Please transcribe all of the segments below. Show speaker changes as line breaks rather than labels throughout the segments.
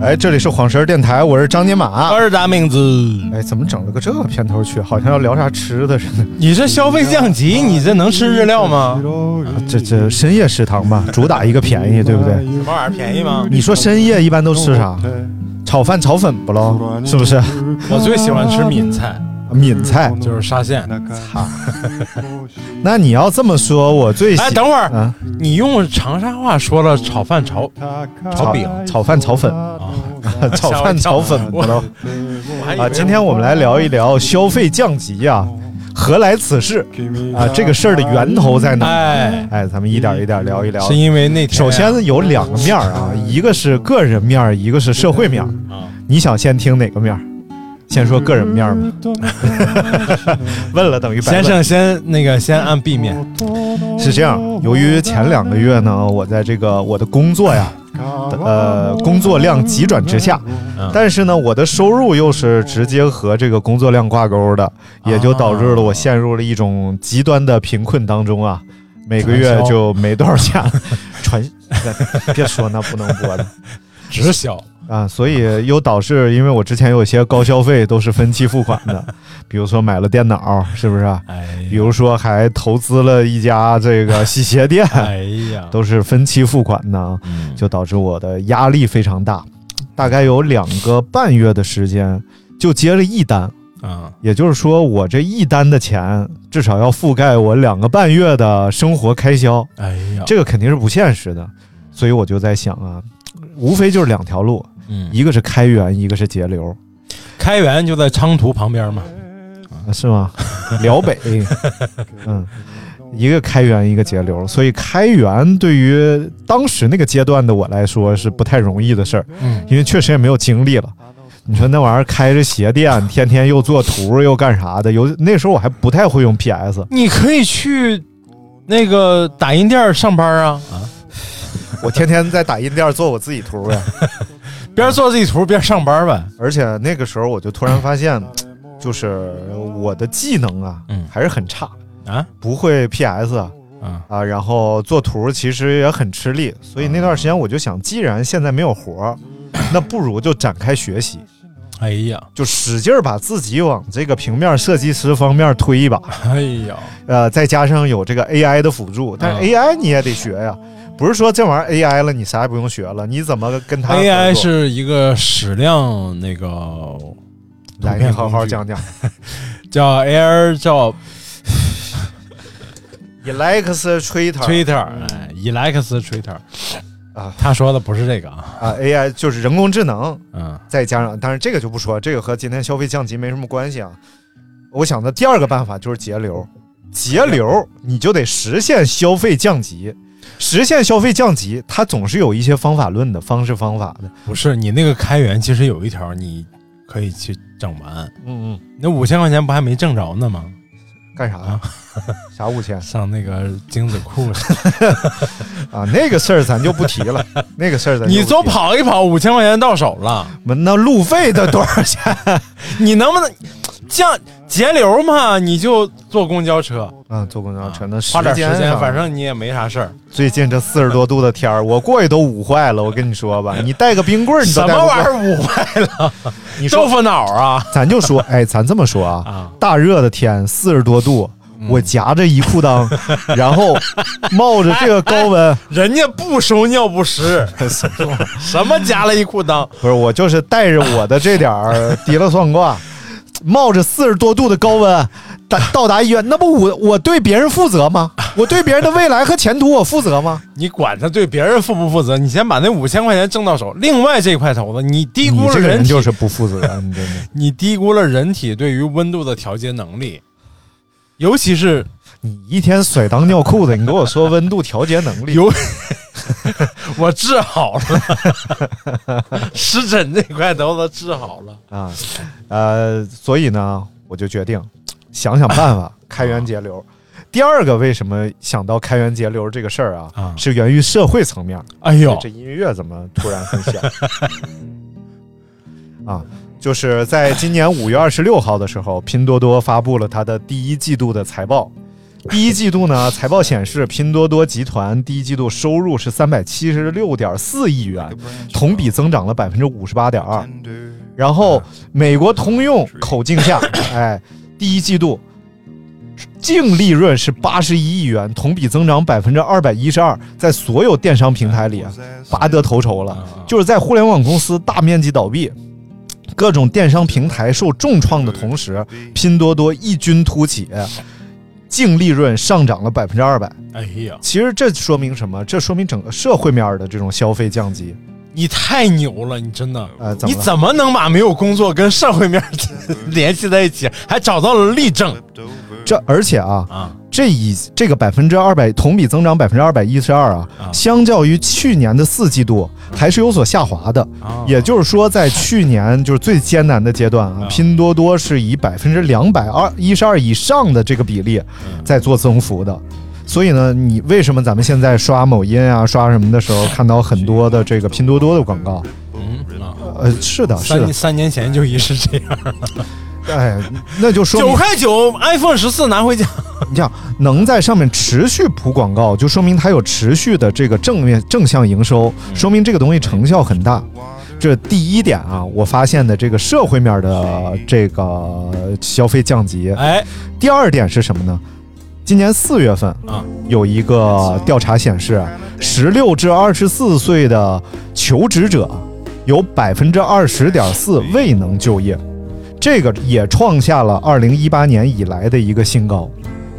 哎，这里是晃神儿电台，我是张金马。
二大名字，
哎，怎么整了个这个片头曲？好像要聊啥吃的似的。啊
你这消费降级，你这能吃日料吗？
这这深夜食堂吧，主打一个便宜，对不对？
什么玩意儿便宜吗？
哎你说深夜一般都吃啥？炒饭、炒粉不喽？是不是？
我最喜欢吃闽菜，
闽菜。
就是沙县。
那你要这么说，我最喜
哎，等会儿，
啊
你用长沙话说了炒饭炒，
炒
饼哦
炒饭、炒粉、 炒饭、炒 粉不喽？
我还以
啊，
为
今天我们来聊一聊消费降级啊，何来此事啊？这个事儿的源头在哪儿？
哎，
哎，咱们一点一点聊一聊。
是因为那天啊
首先有两个面儿啊，一个是个人面儿，一个是社会面儿。
啊
你想先听哪个面儿？先说个人面儿吧。 问了等于白
先
问。
生先那个先按 B 面，
是这样，由于前两个月呢，我在这个我的工作呀，呃，工作量急转直下，
嗯
但是呢，我的收入又是直接和这个工作量挂钩的，也就导致了我陷入了一种极端的贫困当中啊。每个月
传销
就没多少钱，传 别说那不能播的
直销
啊，所以又导致，因为我之前有一些高消费都是分期付款的，比如说买了电脑，是不是？
哎
比如说还投资了一家这个洗鞋店，
哎呀，
都是分期付款呢，
嗯
就导致我的压力非常大，大概有两个半月的时间就接了一单，
啊
也就是说我这一单的钱至少要覆盖我两个半月的生活开销，
哎呀，
这个肯定是不现实的，所以我就在想啊，无非就是两条路，
嗯
一个是开源，一个是节流，
开元就在昌图旁边嘛，
啊是 吗？辽北，嗯，一个开源，一个节流，所以开源对于当时那个阶段的我来说是不太容易的事儿，
嗯
因为确实也没有精力了。你说那玩意儿开着鞋店，天天又做图又干啥的，有那时候我还不太会用 PS，
你可以去那个打印店儿上班啊，
我天天在打印店做我自己图呀。
边做自己图边上班呗。
而且那个时候我就突然发现，就是我的技能啊
嗯
还是很差，
啊
不会 PS 啊。
啊
啊，然后做图其实也很吃力，所以那段时间我就想，既然现在没有活儿，那不如就展开学习，
哎呀，
就使劲儿把自己往这个平面设计师方面推一把。
哎呀，
呃，再加上有这个 AI 的辅助，但是
啊
AI 你也得学呀，不是说这玩意儿 AI 了你啥也不用学了，你怎么跟它合
AI
作
是一个矢量那个
来
图
你
片
好好
工具
讲讲
叫 Air 叫
Electrator
Twitter，哎，Alex Twitter
啊
他说的不是这个啊，
啊 AI 就是人工智能，
嗯
再加上，当然这个就不说，这个和今天消费降级没什么关系啊。我想的第二个办法就是节流，节流你就得实现消费降级，实现消费降级，它总是有一些方法论的方式方法的。
不是你那个开源其实有一条你可以去整完，
嗯
那五千块钱不还没挣着呢吗？
嗯，干啥 呀
啊？
啥五千
上那个精子库上，
啊？那个事儿咱就不提了，那个事儿咱就
你
不
多
提了，
跑一跑，五千块钱到手了。
那路费得多少钱？
你能不能这样节流嘛？你就坐公交车，
啊，坐公交车那
花点时间，
上
反正你也没啥事儿。
最近这四十多度的天儿，我过去都捂坏了。我跟你说 吧，你带个冰棍儿，你
什
都带
么
不过
玩意儿捂坏了？
你 说
豆腐脑啊？
咱就说，哎，咱这么说啊
啊，嗯
大热的天，四十多度，我夹着一裤 裆，然后冒着这个高温，
人家不收尿不湿， 什么夹了一裤裆？
不是我就是带着我的这点儿提了算卦，冒着四十多度的高温，到到达医院，那不我我对别人负责吗？我对别人的未来和前途我负责 吗？
你管他对别人负不负责？你先把那五千块钱挣到手。另外这块头子，你低
你
估了
这个
人
人
体，
就是不负责任，你真的，
你低估了人体对于温度的调节能力，尤其是
你一天甩裆尿裤子，你跟我说温度调节 能力，
尤，我治好了，湿疹这块头子治好了。
啊，呃，所以呢，我就决定想想办法开源节流。第二个为什么想到开源节流这个事儿啊，
啊
是源于社会层面。
哎呦
这，音乐怎么突然很响？ 啊，就是在今年五月二十六号的时候，拼多多发布了它的第一季度的财报。第一季度呢，财报显示，拼多多集团第一季度收入是三百七十六点四亿元，同比增长了百分之五十八点二。然后，美国通用口径下，哎，第一季度净利润是八十一亿元，同比增长百分之二百一十二，在所有电商平台里啊拔得头筹了。就是在互联网公司大面积倒闭、各种电商平台受重创的同时，拼多多异军突起，净利润上涨了百分之二百。
哎呀，
其实这说明什么？这说明整个社会面儿的这种消费降级。
你太牛了，你真的。
呃，怎
你
么了？
啊怎么能把没有工作跟社会面 联系在一起，还找到了例证
这而且啊，
啊？
这以这个百分之二百同比增长百分之二百一十二啊，
啊
相较于去年的四季度还是有所下滑的。
啊
也就是说，在去年就是最艰难的阶段啊，拼多多是以百分之两百二一十二以上的这个比例
嗯
在做增幅的。所以呢，你为什么咱们现在刷某音啊、刷什么的时候，看到很多的这个拼多多的广告？
嗯啊，
呃，是的，是
三
的，
三年前就一直这 样，
哎，那就说明
九块九 iPhone 十四拿回家，
你想能在上面持续铺广告，就说明它有持续的这个正面正向营收，说明这个东西成效很大。这第一点啊，我发现的这个社会面的这个消费降级。
哎，
第二点是什么呢？今年四月份
啊，
有一个调查显示，十六至二十四岁的求职者有百分之二十点
哎
四未能就业，这个也创下了二零一八年以来的一个新高，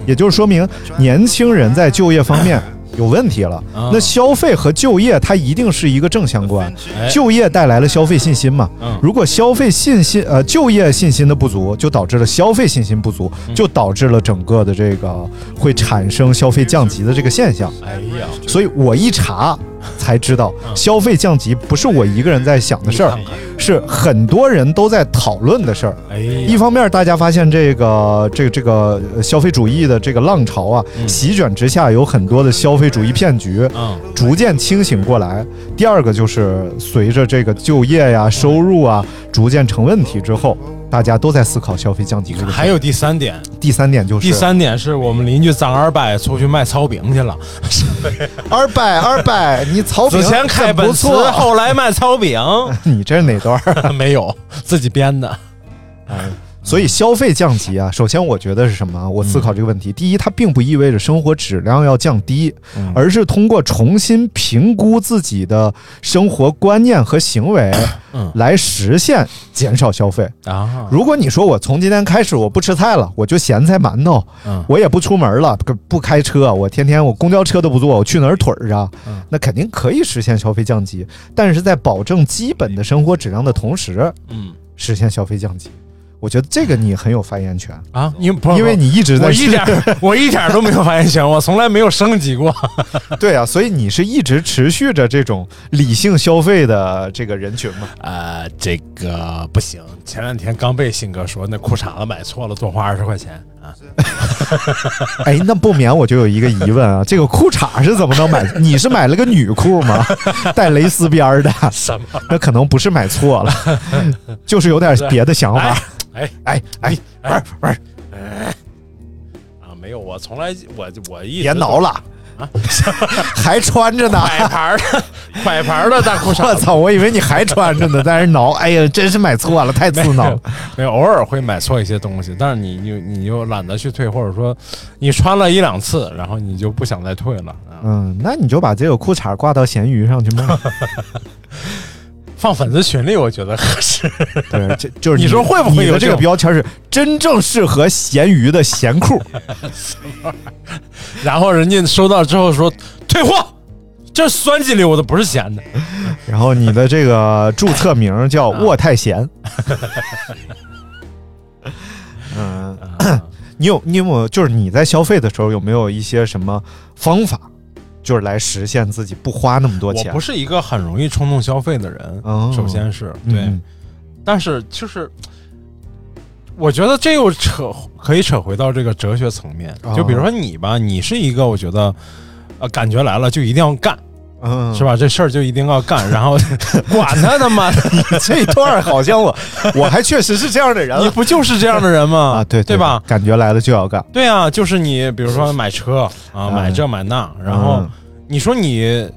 也就是说明年轻人在就业方面有问题了。
啊
那消费和就业它一定是一个正相关，
哎
就业带来了消费信心嘛
嗯。
如果消费信心呃就业信心的不足，就导致了消费信心不足，
嗯
就导致了整个的这个会产生消费降级的这个现象。
哎呀，
所以我一查才知道，
嗯
消费降级不是我一个人在想的事儿
你看看，
是很多人都在讨论的事儿。
嗯哎呀
一，方面，大家发现这个这个这个呃消费主义的这个浪潮啊，席卷之下有很多的消费主义骗局，
嗯
逐渐清醒过来。第二个就是随着这个就业呀、收入啊逐渐成问题之后，大家都在思考消费降级这个事儿。
还有第三点，
第三点就是
第三点是我们邻居张二伯出去卖烧饼去了，
二百二百，你曹
之
平
前开
很不
奔驰，
错，
后来卖烧饼，
你这是哪段儿？
没有自己编的，
所以消费降级啊，首先我觉得是什么啊？我思考这个问题，第一，它并不意味着生活质量要降低，而是通过重新评估自己的生活观念和行为，来实现减少消费。
啊，
如果你说我从今天开始我不吃菜了，我就咸菜馒头，
嗯
我也不出门了，不不开车，我天天我公交车都不坐，我去哪儿腿儿啊？
嗯
那肯定可以实现消费降级，但是在保证基本的生活质量的同时，
嗯
实现消费降级。我觉得这个你很有发言 权，
啊，因为
因为你一直在
我一
吃
点儿我一点儿都没有发言权，我从来没有升级过。
对啊，所以你是一直持续着这种理性消费的这个人群嘛？
呃，这个不行，前两天刚被信哥说那裤衩子买错了，多花二十块钱啊。
哎， 那不免我就有一个疑问啊，这个裤衩是怎么能买？ 你是买了个女裤吗？带蕾丝边儿的，
什么？
那可能不是买错了， 就是有点别的想法。
哎
哎哎，
哎，不是不是，哎啊，没有，我从来我我一直
别挠了，
啊
还穿着呢
都，。摆盘儿的摆盘儿的大裤
我
衩，
操！我以为你还穿着呢，在那挠。哎呀，真是买错了，太刺挠了。
没有，偶尔会买错一些东西，但是你就你就懒得去退，或者说你穿了一两次，然后你就不想再退了。啊
嗯，那你就把这个裤衩挂到闲鱼上去卖。
放粉丝群里，我觉得合适。
对，这就是
你说会不会
你
有
的这个
这种
标签是真正适合闲鱼的闲裤？
然后人家收到之后说退货，这是酸鸡溜子，不是 咸的。
然后你的这个注册名叫
啊
渥太贤。嗯，你有你有没有就是你在消费的时候有没有一些什么方法，就是来实现自己不花那么多
我
钱？
不是一个很容易冲动消费的人，
哦
首先是对，
嗯，
但是就是。我觉得这又扯，可以扯回到这个哲学层面。
哦
就比如说你吧，你是一个我觉得，呃，感觉来了就一定要干，
嗯，
是吧？这事儿就一定要 干，然后 管他他妈的，
这段儿好像我我还确实是这样的人
你
了
不就是这样的人吗？
啊，对
对吧？
感觉来了就要干，
对啊，就是你，比如说买车啊，
嗯
买这买那，然后
嗯
你说你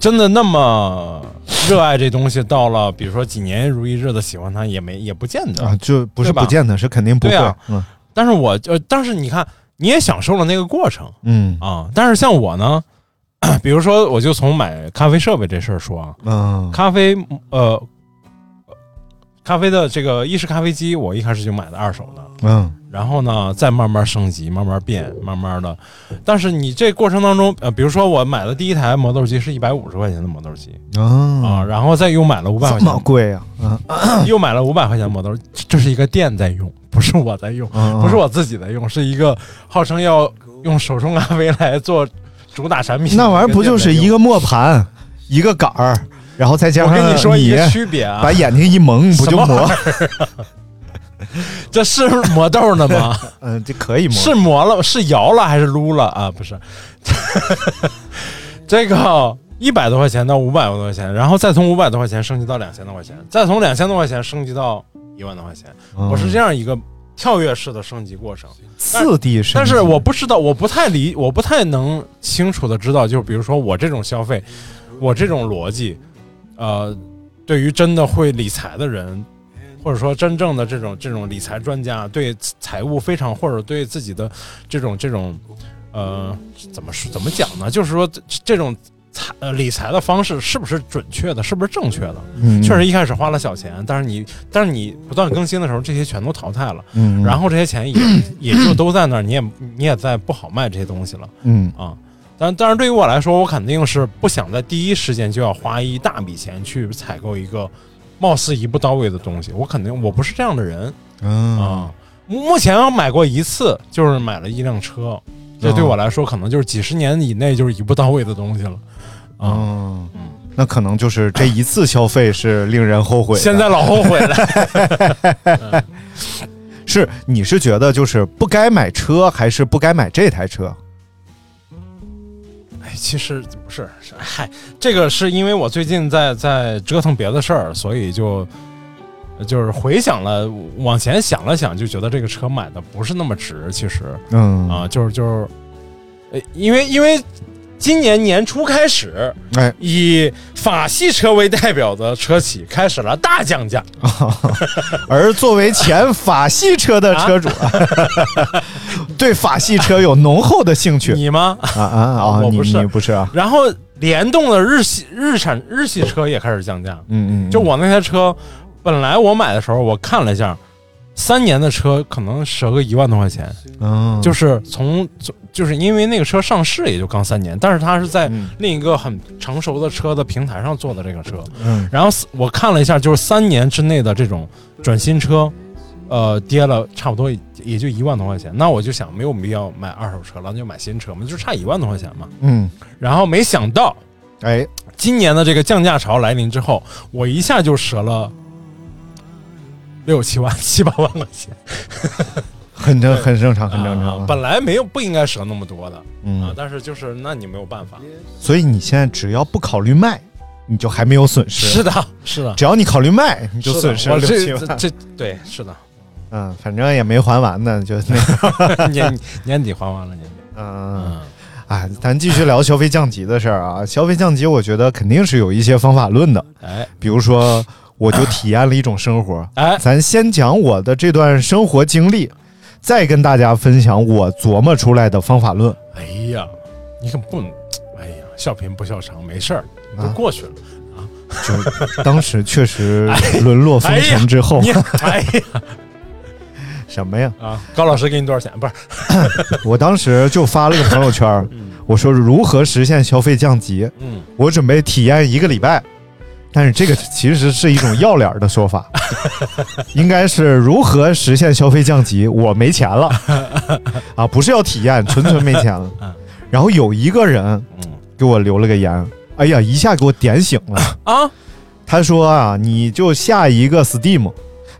真的那么热爱这东西，到了比如说几年如一日的喜欢它，也没也不见
啊
得。，
就不是
对吧
不见得，是肯定不会
对啊，
嗯
但是我呃，但是你看，你也享受了那个过程
嗯
啊。但是像我呢， 比如说，我就从买咖啡设备这事儿说啊，
嗯，
咖啡呃，咖啡的这个意式咖啡机，我一开始就买的二手的。
嗯
然后呢，再慢慢升级，慢慢变，慢慢的。但是你这过程当中，呃，比如说我买的第一台磨豆机是一百五十块钱的磨豆机啊、
啊，
然后再又买了五百块
这么
钱，
贵啊，嗯
又买了五百块钱磨豆，这是一个店在用，不是我在用，
嗯，
不是我自己在用，是一个号称要用手冲咖啡来做主打产品。
那玩意儿不就是一？个磨盘，一个杆儿，然后再加
我
上
跟你说一个区别啊
把，眼睛一蒙，不就
什么
磨？
这是磨豆呢吗？
嗯，这可以磨。
是磨了，是摇了还是撸了啊？不是， 这个一百多块钱到五百多块钱，然后再从五百多块钱升级到两千多块钱，再从两千多块钱升级到一万多块钱，
嗯，
我是这样一个跳跃式的升级过程。
次第升级，
但是我不知道，我不太理，我不太能清楚的知道，就是比如说我这种消费，我这种逻辑，呃，对于真的会理财的人，或者说真正的这种这种理财专家，对财务非常或者对自己的这种这种，呃，怎么说怎么讲呢？就是说这这种财呃理财的方式是不是准确的，是不是正确的？
嗯
确实，一开始花了小钱，但是你但是你不断更新的时候，这些全都淘汰了。
嗯，
然后这些钱也也就都在那儿，你也你也在不好卖这些东西了
嗯
啊。但但是对于我来说，我肯定是不想在第一时间就要花一大笔钱去采购一个貌似一步到位的东西，我肯定我不是这样的人
嗯
啊。目前我买过一次，就是买了一辆车，这
哦
对我来说可能就是几十年以内就是一步到位的东西了啊。
嗯，那可能就是这一次消费是令人后悔的。
现在老后悔了，
是你是觉得就是不该买车，还是不该买这台车？
哎，其实不是，是嗨，这个是因为我最近在在折腾别的事儿，所以就就是回想了，往前想了想，就觉得这个车买的不是那么值。其实
嗯
啊，就是就是，呃因为因为今年年初开始，
哎，
以法系车为代表的车企开始了大降价，
而作为前法系车的车 主，对法系车有浓厚的兴趣
你吗？
啊啊啊！
我
你
不是
你不是啊？
然后联动的日系日产日系车也开始降价，
嗯嗯，
就我那台车，本来我买的时候我看了一下，三年的车可能折个一万多块钱，
嗯，
就是从就是因为那个车上市也就刚三年，但是它是在
嗯
另一个很成熟的车的平台上做的这个车，
嗯
然后四我看了一下，就是三年之内的这种转新车。呃，跌了差不多也也就一万多块钱，那我就想没有必要买二手车了，那就买新车嘛，就差一万多块钱嘛。
嗯，
然后没想到
哎，
今年的这个降价潮来临之后，我一下就折了六七万、 七八万块钱，
很正很正常，很正
啊
常。
本来没有不应该折那么多的啊
嗯，，
但是就是那你没有办法。
所以你现在只要不考虑卖，你就还没有损失。
的，是的，
只要你考虑卖，你就损失
我
六七
这
万。
这对，是的，
嗯，反正也没还完呢，就那个，
年年底还完了，年底。
嗯，哎，咱继续聊消费降级的事儿啊。消费降级，我觉得肯定是有一些方法论的，
哎
比如说，我就体验了一种生活。
哎，
咱先讲我的这段生活经历，再跟大家分享我琢磨出来的方法论。
哎呀，你可不能，哎呀，笑贫不笑娼，没事儿，
啊
都过去了。
就当时确实沦落风尘之后，
你哎 呀
什么呀？
啊，高老师给你多少钱？不是，
我当时就发了个朋友圈儿，我说如何实现消费降级。
嗯，
我准备体验一个礼拜，但是这个其实是一种要脸儿的说法，应该是如何实现消费降级。我没钱了啊，不是要体验，纯纯没钱了。然后有一个人
嗯
给我留了个言，哎呀，一下给我点醒了
啊！
他说啊，你就下一个 Steam。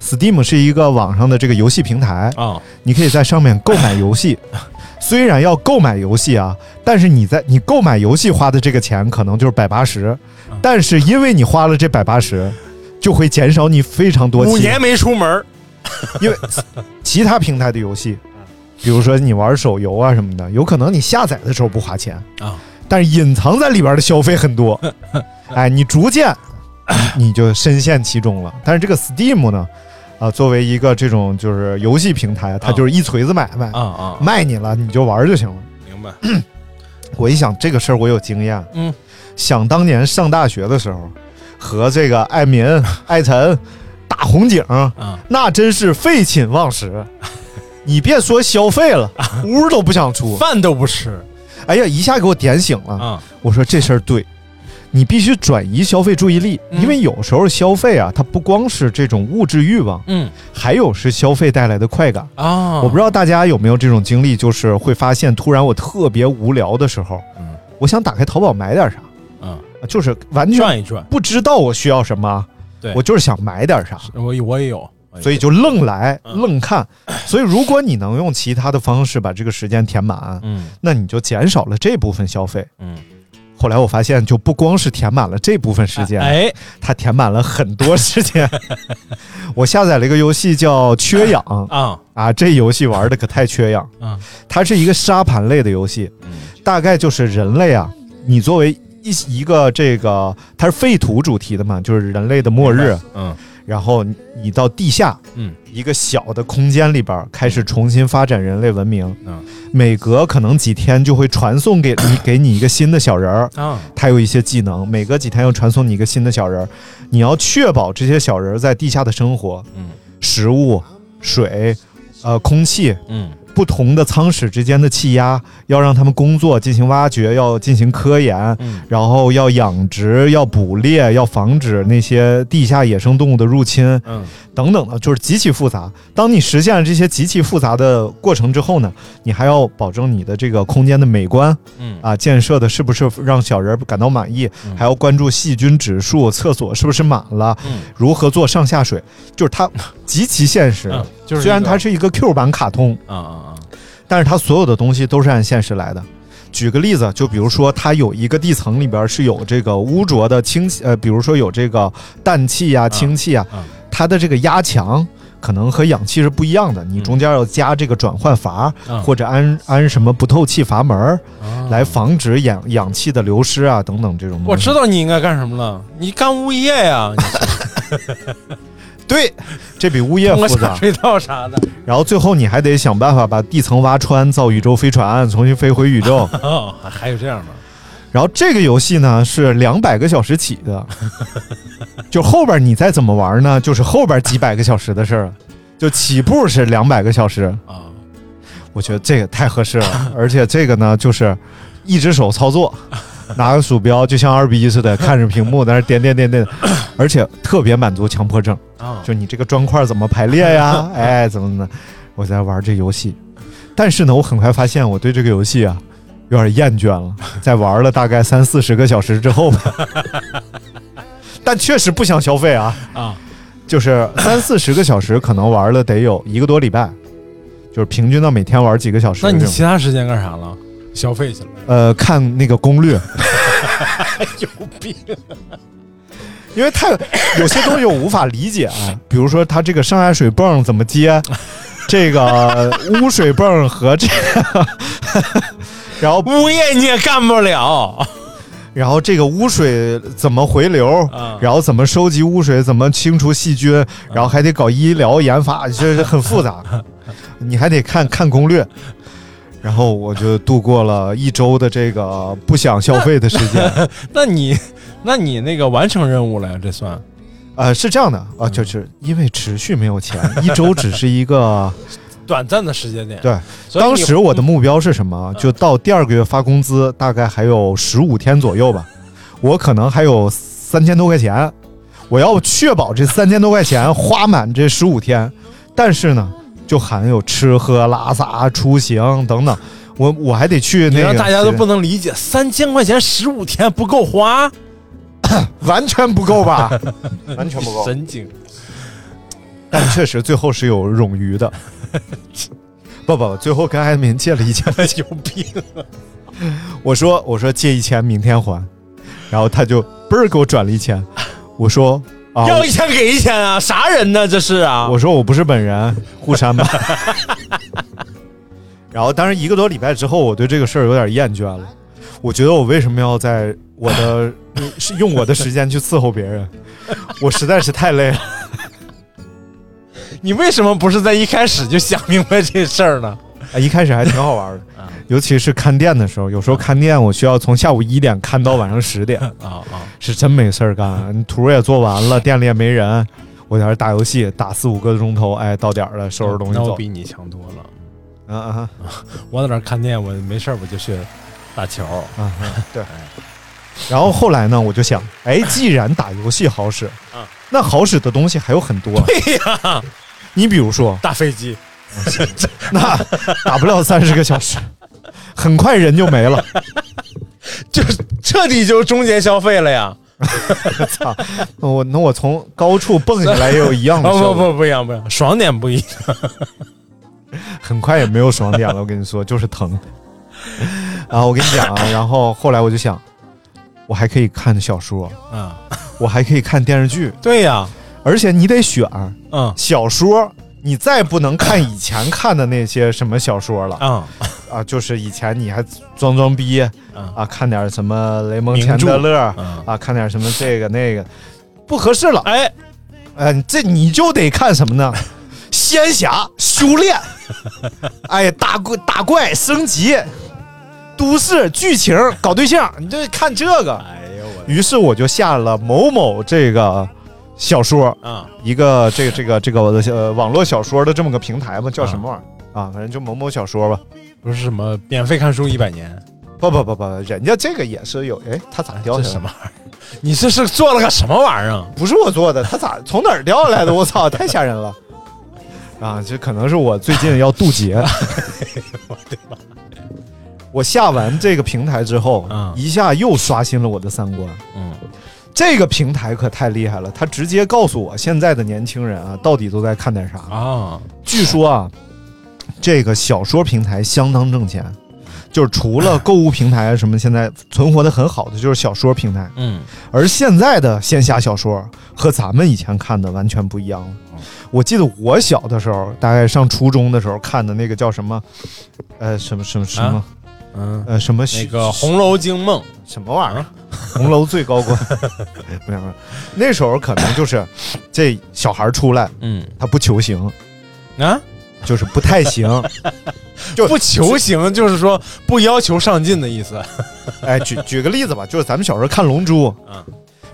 Steam 是一个网上的这个游戏平台
啊，
你可以在上面购买游戏。 虽然要购买游戏啊，但是你在你购买游戏花的这个钱可能就是百八十，
嗯
但是因为你花了这百八十，就会减少你非常多
五
其
年没出门儿，
因为 其他平台的游戏，比如说你玩手游啊什么的，有可能你下载的时候不花钱
啊，
但是隐藏在里边的消费很 多，哎，你逐渐 你就深陷其中了。但是这个 Steam 呢，啊，作为一个这种就是游戏平台，它
啊
就是一锤子买卖，
啊啊，
卖你了你就玩就行了。
明白？
我一想这个事儿我有经验，
嗯，
想当年上大学的时候，和这个艾 民、艾辰、大红警，
嗯
那真是废寝忘食。你别说消费 了，屋都不想出。
饭都不吃
哎呀，一下给我点醒了。
啊，
我说这事儿对，你必须转移消费注意力，
嗯
因为有时候消费啊，它不光是这种物质欲望，
嗯
还有是消费带来的快感。
啊，
我不知道大家有没有这种经历，就是会发现突然我特别无聊的时候，
嗯
我想打开淘宝买点啥，
嗯，
就是完全
转一转，
不知道我需要什么，
对
我就是想买点啥，
我我也有，我也有
所以就愣来
嗯
愣看。所以如果你能用其他的方式把这个时间填满，
嗯
那你就减少了这部分消费。
嗯，
后来我发现，就不光是填满了这部分时间，
哎，
它填满了很多时 间。我下载了一个游戏叫《缺氧》
啊
啊，这游戏玩的可太缺氧。
啊，
它是一个沙盘类的游戏，大概就是人类啊，你作为一一个这个它是废土主题的嘛，就是人类的末日，
嗯
然后你你到地下，
嗯，
一个小的空间里边儿开始重新发展人类文明，
嗯，
每隔可能几天就会传送给你给你一个新的小人儿。
啊
他有一些技能，每隔几天又传送你一个新的小人儿，你要确保这些小人儿在地下的生活，
嗯，
食物、水、呃空气，
嗯
不同的舱室之间的气压，要让他们工作进行挖掘，要进行科研，
嗯
然后要养殖、要捕猎、要防止那些地下野生动物的入侵
嗯
等等的，就是极其复杂。当你实现了这些极其复杂的过程之后呢，你还要保证你的这个空间的美观
嗯
啊，建设的是不是让小人感到满意，
嗯
还要关注细菌指数，厕所是不是满了，
嗯
如何做上下水，就是它极其现实。
嗯，就是
虽然
一个
它是一个 Q 版卡通，
啊啊
但是它所有的东西都是按现实来的。举个例子，就比如说它有一个地层里边是有这个污浊的氢气，呃，比如说有这个氮气啊、氢气啊
嗯，
它的这个压强可能和氧气是不一样的，你中间要加这个转换阀
嗯
或者安安什么不透气阀门儿
啊啊，
来防止氧氧气的流失啊等等这种东西。
我知道你应该干什么了，你干物业呀，你
对，这比物业
通
复
过下
杂。
水道啥的，
然后最后你还得想办法把地层挖穿，造宇宙飞船，重新飞回宇宙。
哦，还还有这样的，
然后这个游戏呢是两百个小时起的，就后边你再怎么玩呢，就是后边几百个小时的事儿了。就起步是两百个小时，
啊
我觉得这个太合适了，而且这个呢就是一只手操作，拿个鼠标就像二逼似的看着屏幕在那儿点点点点，而且特别满足强迫症。
啊，
就你这个砖块怎么排列 呀？哎，怎么怎么，我在玩这游戏，但是呢，我很快发现我对这个游戏啊有点厌倦 了，在玩了大概三四十个小时之后吧，但确实不想消费啊
啊，
就是三四十个小时，可能玩了得有一个多礼拜，就是平均到每天玩几个小时
那
这种。
你其他时间干啥了？消 费去了，
哎呃看那个攻略，
有病
因为太有些东西我无法理解啊， 比如说它这个上下水泵怎么接，这个污水泵和这个， 然后
物业你也干不了，
然后这个污水怎么回流
啊，
然后怎么收集污水，怎么清除细菌，然后还得搞医疗研发，就是很复杂，你还得看看攻略。然后我就度过了一周的这个不想消费的时间。
那你 那你那个完成任务了呀？这算
呃，是这样的啊，就是因为持续没有钱，一周只是一个。
短暂的时间点。
对，
所以你嗯
当时我的目标是什么？就到第二个月发工资，大概还有十五天左右吧，我可能还有三千多块钱，我要确保这三千多块钱花满这十五天。但是呢，就含有吃喝拉撒、出行等等，我我还得去
你
那
让
个，
大家都不能理解，三千块钱十五天不够花，
完全不够吧？完全不够。
神 经。
但确实最后是有冗余的。不不，最后跟艾敏借了一千块钱，有病！我说我说借一千，明天还，然后他就嘣儿给我转了一千，我说啊，
要一千给一千啊，啥人呢？这是啊，
我说我不是本人，互删吧。 然后，当然一个多礼拜之后，我对这个事儿有点厌倦了。我觉得我为什么要在我 的是用我的时间去伺候别人？我实在是太累了。
你为什么不是在一开始就想明白这事儿呢？
啊，一开始还挺好 玩的，
嗯
尤其是看店的时候，有时候看店我需要从下午一点看到晚上十点，
啊啊，
是真没事儿干，图也做完 了，店里也没人，我在这儿打游戏，打四五个钟头，哎，到点儿了，收拾东西
那我
走。
比你强多了。
啊啊
我在那儿看店，我没事儿我就去打球。
啊啊！对。然后后来呢，我就想， 哎，既然打游戏好使，那好使的东西还有很多。
嗯对呀、
你比如 说，
打飞机，
那打不了三十个小时，很快人就没了。
就彻底就终结消费了呀！
操！那我那我从高处蹦下来也有一样的
不
效果。
不哦不不一样不一样，爽点不一样。
很快也没有爽点了，我跟你说，就是疼。 然后我跟你讲 啊，然后后来我就想，我还可以看小说，
啊，
我还可以看电视剧，
对呀、
而且你得选
嗯
小说，你再不能看以前看的那些什么小说了
啊，
啊，就是以前你还装装逼啊，看点什么雷蒙
名
钱
著
德勒
嗯
啊，看点什么这个那个，不合适了。
哎，
哎，你这你就得看什么呢？仙侠修炼，哎，打怪打怪升级，都市剧情搞对象，你就看这个。
哎呦我
于是我就下了某某这个小说，
啊
一个这个这个这个呃网络小说的这么个平台吧，叫什么玩意儿啊？反正就某某小说吧。
不是什么免费看书一百年，
不不不不，人家这个也是有，哎，他咋掉
这
下来
什
了？
么玩意儿？你这是做了个什么玩意儿啊？
不是我做的，他咋从哪儿掉下来的？我操，太吓人了！啊，这可能是我最近要渡劫。我下完这个平台之后，
嗯
一下又刷新了我的三观。
嗯，
这个平台可太厉害了，它直接告诉我现在的年轻人啊，到底都在看点啥。
啊，
据说啊，这个小说平台相当挣钱，就是除了购物平台什么，现在存活的很好的就是小说平台。
嗯，
而现在的线下小说和咱们以前看的完全不一样了。我记得我小的时候，大概上初中的时候看的那个叫什么，呃，什么什么什么，
啊嗯，
呃，什么
那个《红啊楼惊梦》
什么玩意儿， 红楼最高官， 没有没有，那时候可能就是这小孩出来
嗯
他不求行，
啊，
就是不太行，
不求行就是说不要求上进的意思。
哎，举举个例子吧，就是咱们小时候看《龙珠》，
嗯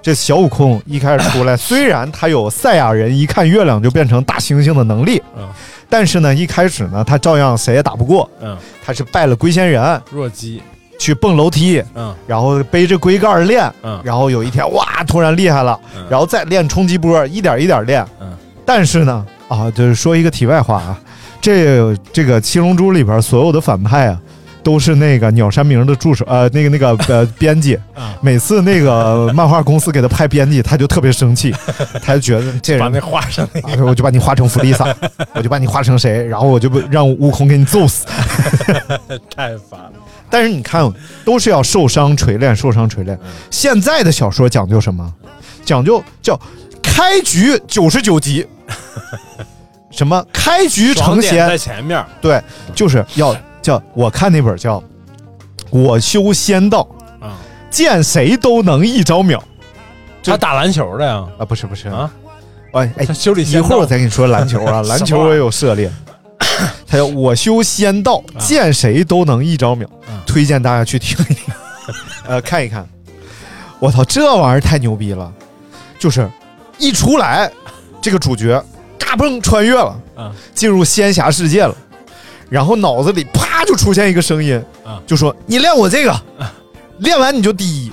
这小悟空一开始出 来，虽然他有赛亚人一看月亮就变成大猩猩的能力，
嗯
但是呢，一开始呢，他照样谁也打不过，
嗯，
他是拜了龟仙人
弱鸡，
去蹦楼梯，
嗯
然后背着龟盖儿练，
嗯
然后有一天哇，突然厉害了，
嗯
然后再练冲击波，一点一点练，
嗯
但是呢，啊，就是说一个题外话啊，这这个《七龙珠》里边所有的反派啊，都是那个鸟山明的助手，呃，那个那个 呃编辑
啊，
每次那个漫画公司给他派编辑，他就特别生 气，他就觉得这
把那
人。
画上那个
啊我就把你画成弗利 萨，我就把你画成谁，然后我就不让悟空给你揍死。
太烦 了。
但是
嗯
你看，都是要受伤锤炼，受伤锤炼。现在的小说讲究什么？讲究叫开局九十九 级，什么开局成
爽点
仙
在，前面，
对，就是要叫我看那本叫《我修仙道》，
嗯，
见谁都能一招秒这
他打篮球的呀，
啊！不是不是
啊，
哎哎
他，修理
一
仙
会儿我
道
再跟你说篮球 啊，篮球我也有涉猎。他叫我修仙道，
啊
见谁都能一招秒
嗯，
推荐大家去听一听， 呃，看一看。我操，这玩意儿太牛逼了！就是一出来，这个主角嘎嘣穿越了
嗯，
进入仙侠世界了，然后脑子里啪就出现一个声音
嗯，
就说你练我这个，
啊
练完你就第一。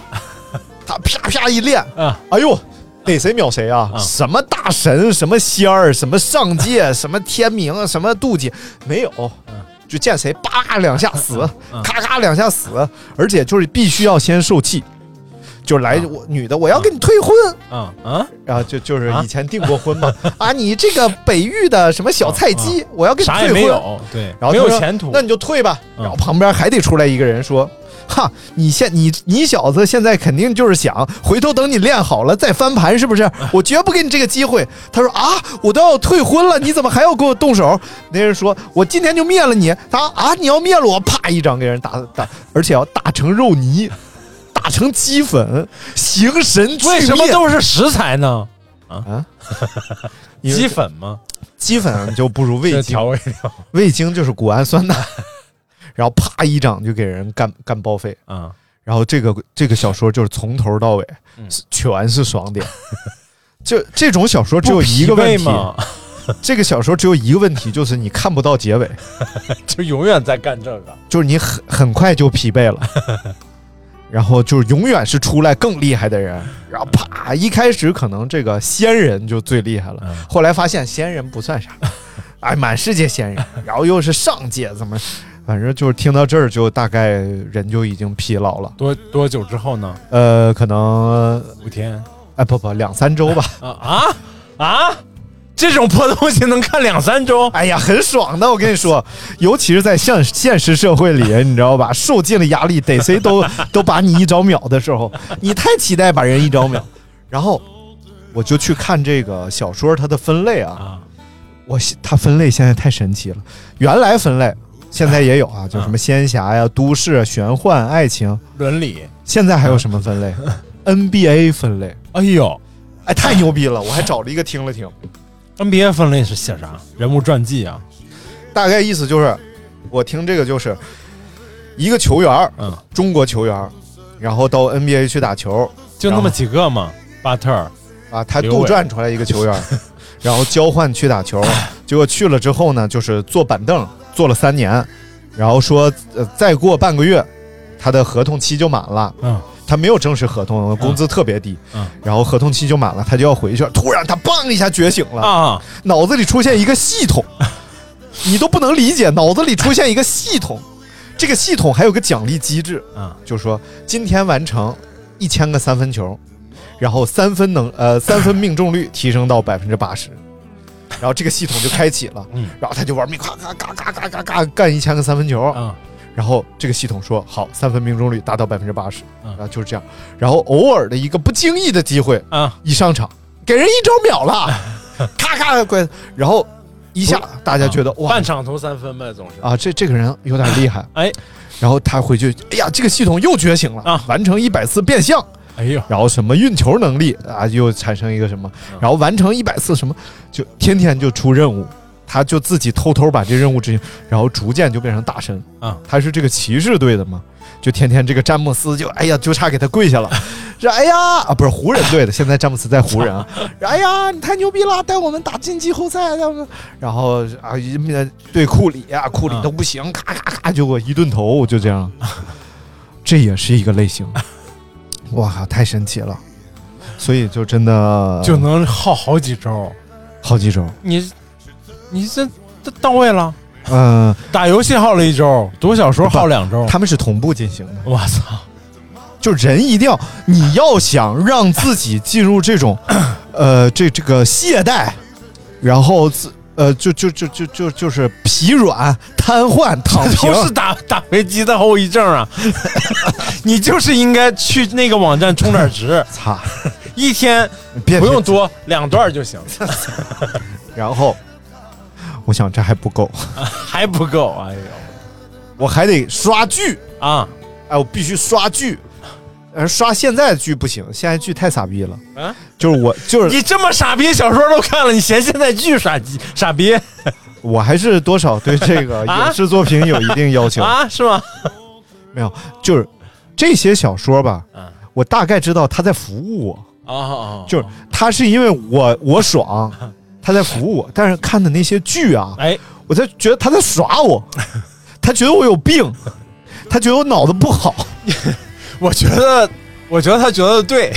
他啪啪一练，
啊，
哎呦，逮谁秒谁啊！
啊
什么大神，什么仙儿，什么上 界，什么天明，什么妒忌，没有，
啊
就见谁叭两下死，咔咔两下死，而且就是必须要先受气，就
啊
来我女的，我要跟你退婚。
嗯嗯，
然后就就是以前订过婚嘛， 啊，你这个北域的什么小菜鸡，我要跟你
啊啥
退
也
婚，
没有，对，
然后
没
他
有
说
前途
那，你就退吧。
嗯
然后旁边还得出来一个人说：“哈，你现你你小子现在肯定就是想回头等你练好了再翻盘，是不是？我绝不给你这个机会。”他说：“啊，我都要退婚了，你怎么还要给我动手？”那人说：“我今天就灭了你。”他说啊，你要灭了我，啪一掌给人打打，而且要打成肉泥，打成鸡粉，形神俱
为什么
灭。
都是食材呢？啊
因为
鸡粉吗？
鸡粉就不如味
这
精
调，味料，
味精就是谷氨酸钠， 然后啪一掌就给人干干报废。
嗯，
然后这个这个小说就是从头到尾、
嗯
是全是爽点， 就这种小说只有
不
一个
疲惫
问题，
吗？
这个小说只有一个问题，就是你看不到结尾，
就永远在干这个，
就是你很很快就疲惫了， 然后就是永远是出来更厉害的人，然后啪，一开始可能这个仙人就最厉害了
嗯，
后来发现仙人不算啥，哎，满世界仙人，然后又是上界怎么，反正就是听到这儿就大概人就已经疲劳了，
多多久之后呢？
呃，可能
五天
哎，不不，两三周吧。
啊啊啊！这种破东西能看两三周，
哎呀，很爽的，我跟你说，尤其是在现现实社会里，你知道吧？受尽了压力，逮谁都都把你一招秒的时候，你太期待把人一招秒。然后我就去看这个小说它的分类啊
啊，
我它分类现在太神奇了，原来分类现在也有啊，就什么仙侠呀、都市啊、玄幻、爱情，
伦理，
现在还有什么分类？NBA 分类，
哎呦
哎，太牛逼了！我还找了一个听了听。
，NBA 分类是写啥？人物传记啊，
大概意思就是，我听这个就是一个球员儿，
嗯，
中国球员儿，然后到 NBA 去打球
就那么几个嘛。巴特尔，
啊，他
刘伟
杜撰出来一个球员儿， 然后交换去打 球，结果去了之后呢，就是坐板凳坐了三年，然后说呃再过半个月，他的合同期就满了。
嗯，
他没有正式合同，工资特别低，
嗯
然后合同期就满了，他就要回去了。突然他嘣一下觉醒了，
啊，
脑子里出现一个系统，你都不能理解，脑子里出现一个系统，这个系统还有个奖励机制，
嗯，
就是说今天完成一千个三分球，然后三分能呃三分命中率提升到百分之八十，然后这个系统就开启了，
嗯
然后他就玩命咔咔咔咔咔咔咔干一千个三分球，
啊，
然后这个系统说好三分命中率达到百分之八十，
嗯
然后就是这样，然后偶尔的一个不经意的机会，
啊，
一上场给人一招秒 了，咔咔快，然后一下大家觉得哇
啊半场投三分呗，总是
啊，这这个人有点厉害，
哎，
然后他回去，哎呀，这个系统又觉醒了，
啊
完成一百次变相，
哎呦，嗯
然后什么运球能力啊，又产生一个什么，然后完成一百次什么，就天天就出任务。他就自己偷偷把这任务执行，然后逐渐就变成大神
啊！
他是这个骑士队的嘛，就天天这个詹姆斯就哎呀，就差给他跪下了，说哎呀啊，不是湖人队的，现在詹姆斯在湖人啊，说哎呀，你太牛逼了，带我们打进季后赛，带我们然后啊，一面对库里啊，库里都不行，咔咔咔，结果一顿头，就这样，这也是一个类型， 哇靠，太神奇了，所以就真的
就能耗好几周。
好几周，
你你这这到位了，
嗯、
打游戏耗了一周，读小说耗两周。
他们是同步进行的，
我操，
就人一定要，你要想让自己进入这 种，呃，这这个懈怠，然后自呃，就就就就就就是疲软、瘫痪、躺平
不是打打飞机的后 遗症啊！你就是应该去那个网站充点值，
擦，
一天
别
不用多，两段 就行，
然后，我想这还不够，
还不够，哎呦
我还得刷剧，
啊，
哎，我必须刷剧。呃，刷现在的剧不行，现在剧太傻逼了。
啊
就是我，就是
你这么傻逼，小说都看了，你嫌现在剧傻逼傻逼
我还是多少对这个
啊
影视作品有一定要求。
啊？是吗？
没有，就是这些小说吧，
嗯
我大概知道他在服务我，
哦哦，
就是他是因为我我 爽，他在服务我。但是看的那些剧啊，
哎，
我才觉得他在耍 我，他觉得我有病，他觉得我脑子不好。
我觉得，我觉得他觉得对，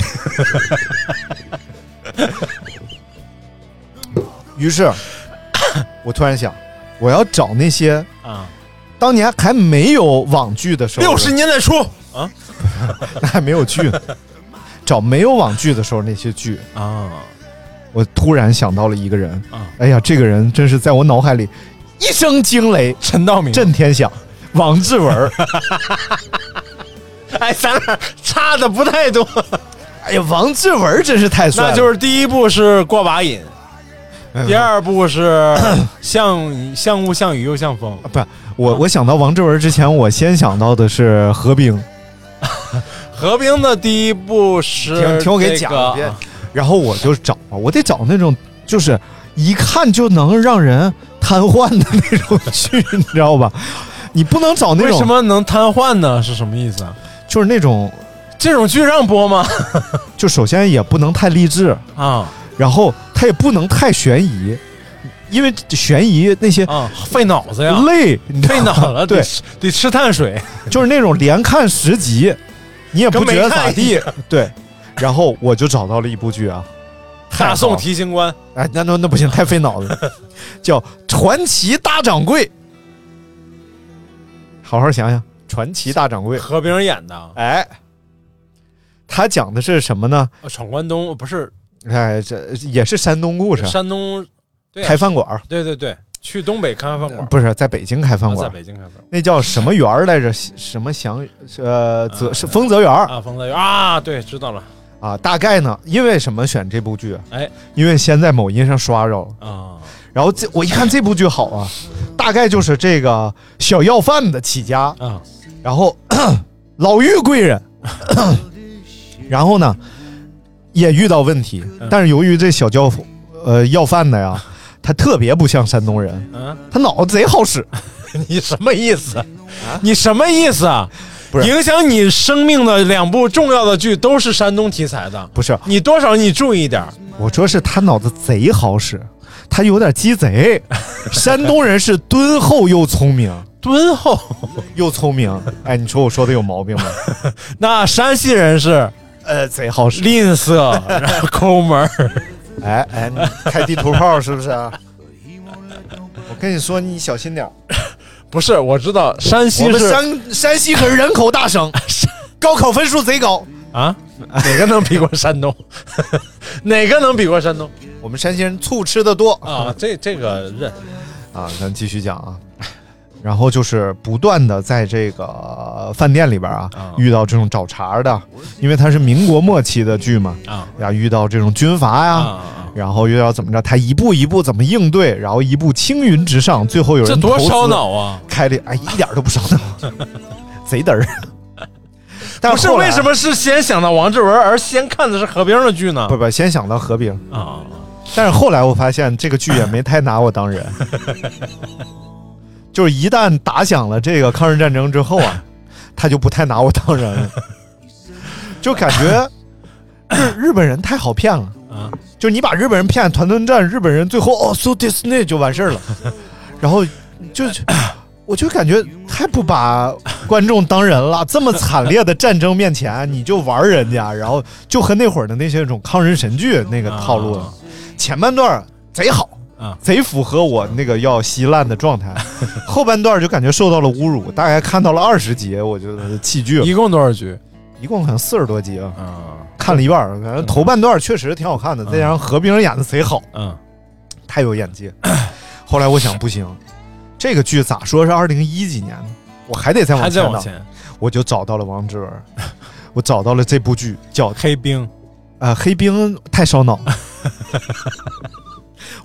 于 是，我突然想，我要找那些
啊，
当年还没有网剧的时候，
六十年代初啊
那 还没有剧呢，找没有网剧的时候那些剧。
啊，
我突然想到了一个人，
啊
哎呀，这个人真是在我脑海里一声惊雷，
陈道明，
震天响。王志文，
哎，咱俩差的不太多，
哎呀，王志文真是太帅了，哎
那就是第一部是过把瘾，第二部是 像像雾像雨又像风，
不是
啊
我，我想到王志文之前，我先想到的是何冰，
何冰的第一部是
听听我给讲
这个啊
别然后我就找啊，我得找那种就是一看就能让人瘫痪的那种剧，你知道吧？你不能找那
为
种
什么能瘫痪呢？是什么意思啊？
就是那种，
这种剧让播 吗？
就首先也不能太励志，
啊
然后它也不能太悬疑，因为悬疑那些
啊，费脑子呀，
累，你知道
费
吗
脑了，
对
得，吃得吃碳水，
就是那种连看十集，你也不
跟
觉
没
得
看
咋
一
地，对。然后我就找到了一部剧啊，太
大
好
宋
了
提刑官
哎，那那那不行，太费脑子 了。叫《传奇大掌柜》，好好想想，《传奇大掌柜》
何冰演的，
哎，他讲的是什么呢？
呃闯关东不是
哎，这也是山东故事，
山东，对啊
开饭馆儿，
对对对，去东北开饭馆，
不是在北京开饭
啊
馆儿，
在北京开饭馆
那叫什么园儿来着？什么祥呃泽是丰泽园儿
啊，丰泽园啊，对，知道了
啊？大概呢，因为什么选这部剧？啊
哎，
因为先在某音上刷着了，
啊，
然后这我一看这部剧好啊，大概就是这个小要饭的起家，
啊，
然后 老遇贵人， 然后呢也遇到问题，
嗯
但是由于这小教呃要饭的呀，他特别不像山东人，
嗯，
他脑子贼好使，
你什么意思？你什么意思啊？
啊不是
影响你生命的两部重要的剧都是山东题材的，
不是
你多少你注意点儿
我说是他脑子贼好使，他有点鸡 贼，山东人是敦厚又聪明。
敦厚。
又聪明，哎，你说我说的有毛病吗？
那山西人是
呃，贼好使，
吝啬， 然后抠门儿
哎哎，你开地图炮是不是啊？ 我跟你说，你小心点儿。
不是，我知道山
我
西
们
是
山山西可是人口大 省，高考分数贼高。
啊，哪个能比过山东？ 哪个能比过山东
我们山西人醋吃的多
啊？这这个认
啊，咱继续讲啊。然后就是不断的在这个饭店里边啊，
啊
遇到这种找茬儿的，因为它是民国末期的剧嘛，
啊
然后遇到这种军阀呀、
啊啊！
然后又要怎么着，他一步一步怎么应对，然后一步青云直上，最后有
这
人
多
投资
烧脑啊！
开了，哎，一点都不烧脑， 贼嘚儿。但
不是
后来
为什么是先想到王志文，而先看的是何冰的剧呢？
不不，先想到何冰，
啊啊啊！
但是后来我发现这个剧也没太拿我当人，就是一旦打响了这个抗日战争之后啊，他就不太拿我当人了，就感觉日日本人太好骗了
啊，
就是你把日本人骗团团战，日本人最后哦 so this n 就完事儿了，然后就。就我就感觉太不把观众当人了，这么惨烈的战争面前，你就玩人家，然后就和那会儿的那些种抗日神剧那个套路了。前半段儿贼好
啊
贼符合我那个要稀烂的状态，后半段儿就感觉受到了侮辱。大概看到了二十集，我就弃剧了，
一共多少局？
一共好像四十多集啊，
啊，
看了一半儿，反正头半段儿确实挺好看的，再加上何冰演的贼好，
嗯，
太有演技。后来我想不行，这个剧咋说是二零一几年的，我还得再
还
往
在
前
往
倒，
前。
我就找到了王志文，我找到了这部剧叫《
黑冰
呃，黑冰太烧脑。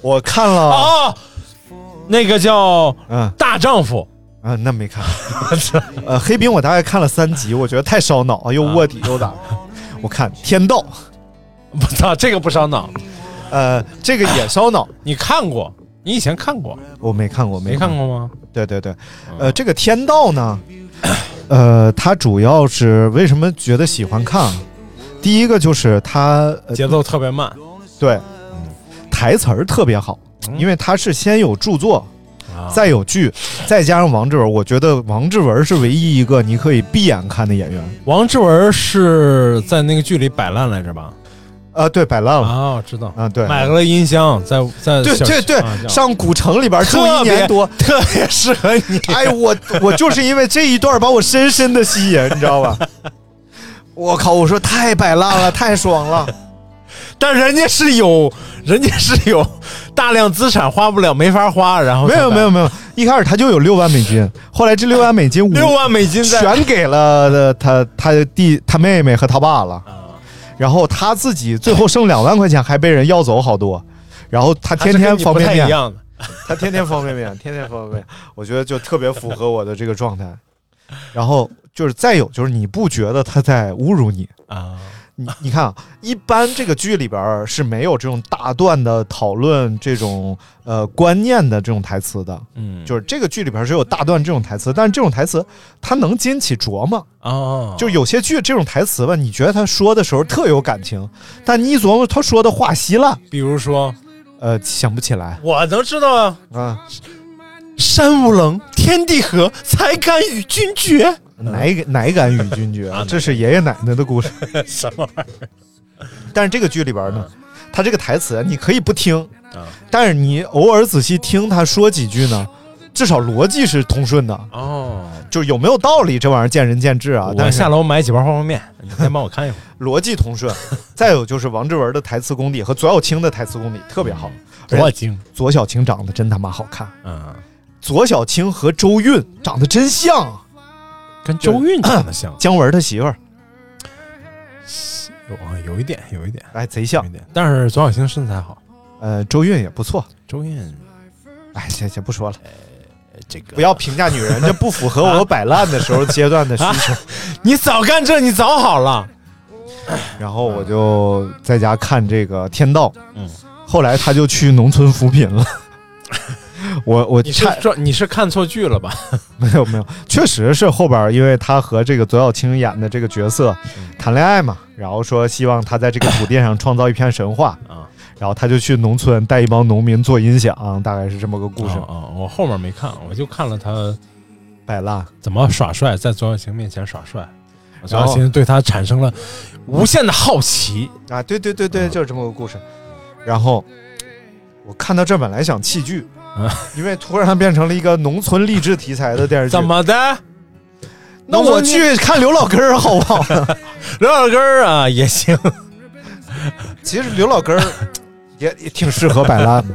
我看了，
哦，那个叫
嗯啊、
大丈夫，
那没看。 呃，黑冰我大概看了三集，我觉得太烧脑，
啊
又卧底又打。我看天道，
我操，这个不伤脑，
呃，这个也烧脑，
你看过？你以前看过？
我没看过，
没看过嗯吗？
对对对，呃，这个天道呢，呃，它主要是为什么觉得喜欢看啊？第一个就是它、呃、
节奏特别慢，
对，
嗯
台词儿特别好，因为它是先有著作，
啊
再有剧，再加上王志文，我觉得王志文是唯一一个你可以闭眼看的演员。
王志文是在那个剧里摆烂来着吧？
啊，对，摆烂了
啊，我知道，
啊，对，
买了音箱，在在
对
小
对对
啊，叫
上古城里边住一
特别
年多，
特别适合你。
哎，我我就是因为这一段把我深深的吸引，你知道 吧？我靠！我说太摆烂了，太爽了。
但人家是有，人家是有大量资产花不了，没法花，然后
没有没 有没有，一开始他就有六万美金，后来这六万美金五
六万美金在
全给了呃他他弟他妹妹和他爸了，然后他自己最后剩两万块钱，还被人要走好多。然后他天天方便
还是跟你不太一
面，
样的。
他天天方便面，天天方便面，我觉得就特别符合我的这个状态。然后就是再有就是你不觉得他在侮辱你？
啊，
你你看啊，一般这个剧里边儿是没有这种大段的讨论这种呃观念的这种台词的，
嗯，
就是这个剧里边儿是有大段这种台词，但是这种台词它能经起琢磨，
哦，
就有些剧这种台词吧，你觉得他说的时候特有感情，但你一琢磨他说的话稀烂，
比如说，
呃，想不起来
我能知道啊，
啊，
山无棱，天地合，才敢与君绝。
哪一个嗯哪一敢与君绝
啊？
这是爷爷奶奶的 故事。
什么玩意儿？
但是这个剧里边呢，他这个台词你可以不听
啊，
但是你偶尔仔细听他说几句呢，至少逻辑是通顺的。
哦，
就是有没有道理，这玩意儿见仁见智啊。
我
但是
下楼买几包方便面，你先帮我看一会儿。
逻辑通 顺，再有就是王志文的台词功底和左小青的台词功底特别好。哎
多少斤？
嗯左小青长得真他妈好看，
嗯，
左小青和周韵长得真像啊，
跟周韵长得像，
姜文他媳妇儿，
有啊，有一点，有一点，
哎，贼
有
像
一。点。 但是左小青身材好，
呃，周韵也不错。
周韵
哎，行行，不说了，
这个
不要评价女人，这不符合
啊
我摆烂的时候阶段的需求。
你早干这，你早好了。
然后我就在家看这个《天道》，
嗯，
后来他就去农村扶贫了。 我我
你是
差
这你是看错剧了吧？
没有没有，确实是后边儿，因为他和这个左小青演的这个角色谈恋爱嘛，然后说希望他在这个土地上创造一片神话，
啊，
然后他就去农村带一帮农民做音响，大概是这么个故事
啊。啊！我后面没看，我就看了他
摆烂，
怎么耍帅，在左小青面前耍帅。左
然
小
后
青对他产生了无限的好奇。
啊，对对对
嗯
对，就是这么个故事。然后我看到这儿本来想弃剧，
啊
因为突然变成了一个农村励志题材的电视剧。
怎么的？
那我去看刘老根儿好不 好？
刘老根儿啊也行，
其实刘老根儿也也挺适合摆烂的，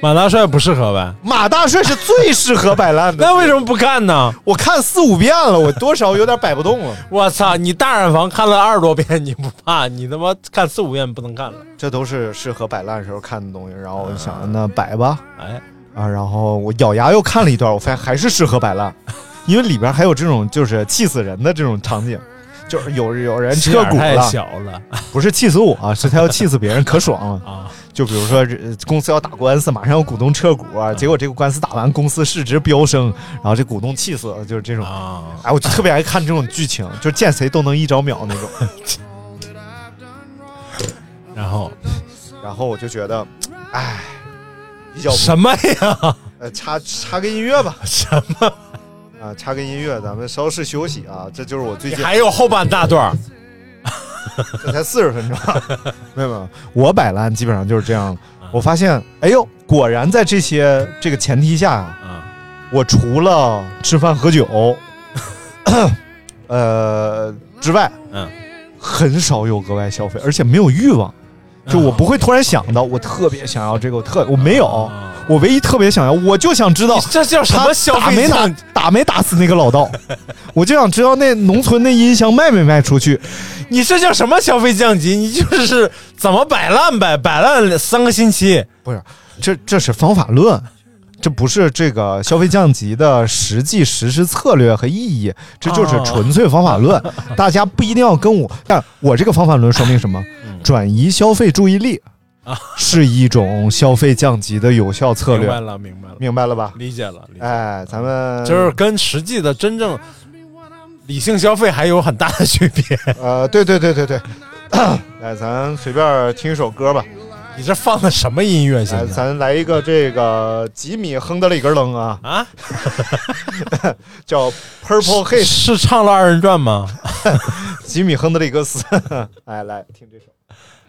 马大帅不适合呗？
马大帅是最适合摆烂的。
那为什么不看呢？
我看四五遍了，我多少有点摆不动了。
我操！你大染坊看了二十多遍，你不怕？你他妈看四五遍不能看了？
这都是适合摆烂时候看的东西。然后我就
啊
想，那摆吧
哎，
啊，然后我咬牙又看了一段，我发现还是适合摆烂， 因为里边还有这种就是气死人的这种场景。就是有有人
心
车
眼儿
骨
太
了，
小了
不是气死我、是他要气死别人，可爽了。
啊！
就比如说这公司要打官司，马上要股东撤股啊，结果这个官司打完，公司市值飙升，然后这股东气死了，就是这种。
啊，
哎，我就特别爱看这种剧情，就是见谁都能一招秒 那种。
然后
然后我就觉得，哎，要不
什么呀？
呃插插个音乐吧，
什么？
啊、插个音乐，咱们稍事休息啊。这就是我最
你
近
还有后半大段 儿？
这才四十分钟，啊 没有没有，我摆烂基本上就是这样。
啊
我发现，哎呦，果然在这些这个前提下啊，
啊，
我除了吃饭喝 酒，呃之外，
嗯，
很少有额外消费，而且没有欲望。就我不会突然想到，我特别想要这个，我特我没有，
啊
我唯一特别想要，我就想知道
你这叫什
他
么消
打
费
没打
降级？
打没打死那个老道，我就想知道那农村那音箱卖没卖出去。
你这叫什么消费降级？你就是怎么摆烂呗，摆烂三个星期。
不是，这这是方法论，这不是这个消费降级的实际实施策略和意义，这
哦
就是纯粹方法 论。大家不一定要跟我，但我这个方法论说明什么？
嗯
转移消费注意力是一种消费降级的有效策
啊明
略，
白了，明白了，
明白了吧？
理解了，理解了。
哎，咱们
就是跟实际的真正理性消费还有很大的区别。
呃，对对对对 对，来，咱随便听一首歌吧。
你这放的什么音乐？
来，
现在
咱来一个这个吉米亨德里格楞啊，
啊，
叫 Purple Haze。
是唱了二人转吗？
吉米·亨德里克斯， 哎，来听这首。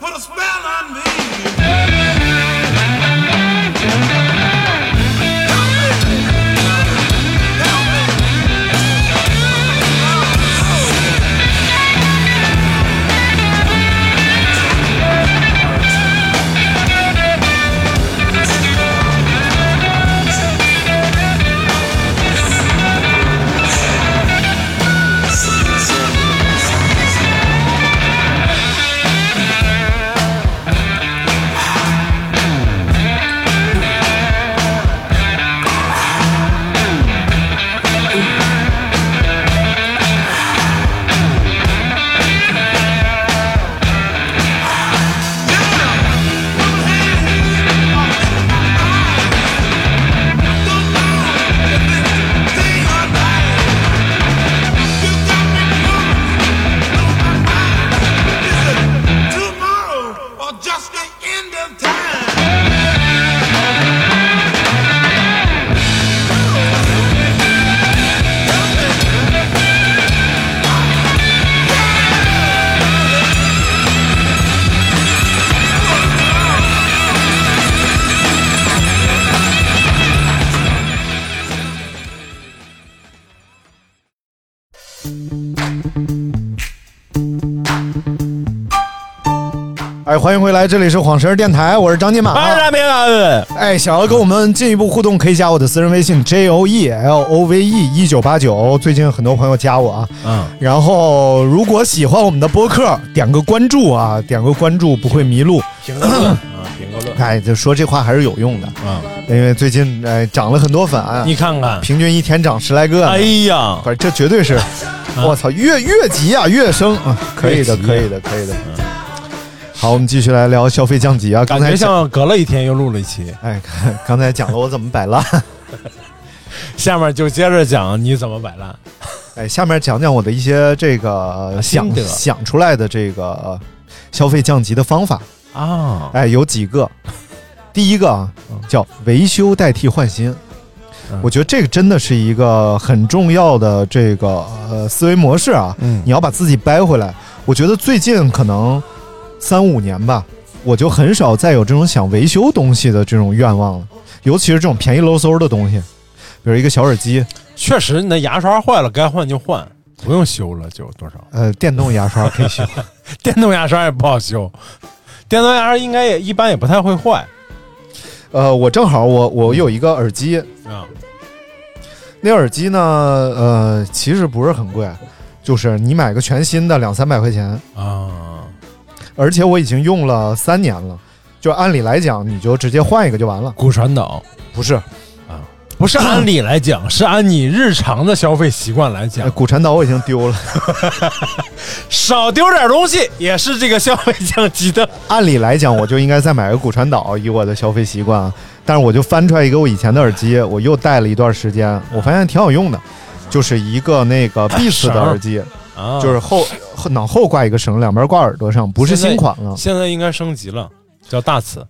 Put a spell on me. Just the end of time.
哎，欢迎回来，这里是晃神儿电台，我是张金马。
当然没了。
哎，想要跟我们进一步互动，可以加我的私人微信 j o e l o v e 一九八九。最近很多朋友加我啊，
嗯，
然后如果喜欢我们的播客，点个关注啊，点个关注不会迷路。
评个论啊，评个论。
哎，就说这话还是有用的，
嗯，
因为最近哎涨了很多粉啊，
你看看，
平均一天涨十来个呢。
哎呀，
不是，这绝对是，
啊
我操，越越级啊，越升啊，可以的，
越级啊
可以的，可以的。好，我们继续来聊消费降级啊。刚
感
才
觉
讲，
像隔了一天又录了一期，
哎， 刚才讲了我怎么摆 烂，
下面就接着讲你怎么摆烂。
哎，下面讲讲我的一些这个想
啊心得
想出来的这个呃消费降级的方法。
啊，
哎，有几个，第一个啊叫维修代替换新
嗯，
我觉得这个真的是一个很重要的这个呃思维模式啊，
嗯
你要把自己掰回来。我觉得最近可能三五年吧，我就很少再有这种想维修东西的这种愿望了，尤其是这种便宜喽嗖的东西，比如一个小耳机，
确实，你的牙刷坏了，该换就换，不用修了，就多少。
呃，电动牙刷可以修，
电动牙刷也不好修，电动牙刷应该也一般也不太会坏
呃，我正好我我有一个耳机，
啊。
那耳机呢，呃，其实不是很贵，就是你买个全新的两三百块钱，
啊，
而且我已经用了三年了，就按理来讲你就直接换一个就完了，
骨传导啊
不是？
不是按理来讲，是按你日常的消费习惯来
呃
讲，
骨传导我已经丢了，
少丢点东西也是这个消费降级的。
按理来讲我就应该再买个骨传导，以我的消费习惯啊，但是我就翻出来一个我以前的耳机，我又戴了一段时间，我发现挺好用的，就是一个那个 Beats 的耳机，
啊，
就是后后脑后挂一个绳，两边挂耳朵上，不是新款了，
现在应该升级了，叫大词。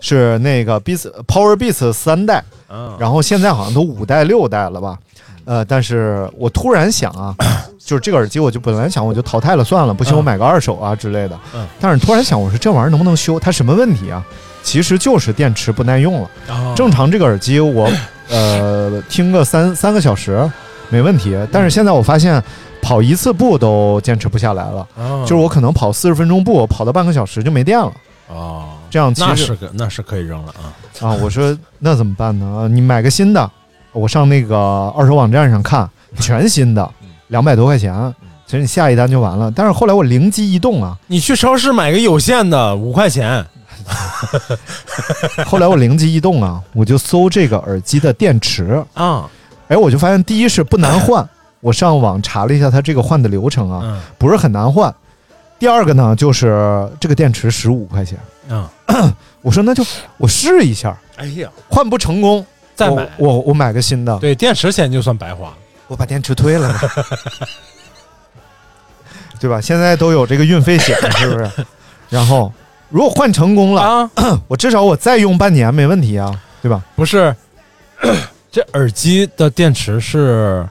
是那个 Beats Power Beats 三代，
嗯，
然后现在好像都五代六代了吧，呃，但是我突然想 啊，就是这个耳机，我就本来想我就淘汰了算了，不行
嗯
我买个二手啊之类的
嗯，
但是突然想我说这玩意儿能不能修？它什么问题啊？其实就是电池不耐用了。
啊
正常这个耳机 我呃听个三三个小时没问
嗯
题，但是现在我发现跑一次步都坚持不下来了，
啊
就是我可能跑四十分钟步，跑到半个小时就没电了。
啊，
这样其
那
实
是个那是可以扔了啊。
啊，我说那怎么办呢？啊你买个新的，我上那个二手网站上看，全新的，
嗯
两百多块钱，其实你下一单就完了。但是后来我灵机一动啊，
你去超市买个有线的，五块钱。
后来我灵机一动啊，我就搜这个耳机的电池，
啊，
哎，我就发现第一是不难换，我上网查了一下它这个换的流程啊，
嗯
不是很难换。第二个呢，就是这个电池十五块钱，
嗯，
我说那就我试一下，
哎呀，
换不成功
再
我
买
我我买个新的，
对，电池钱就算白花。
我把电池退了吧， 对吧？现在都有这个运费险，是不 是？然后如果换成功了，
啊，
我至少我再用半年没问题啊，对吧？
不是， 这耳机的电池是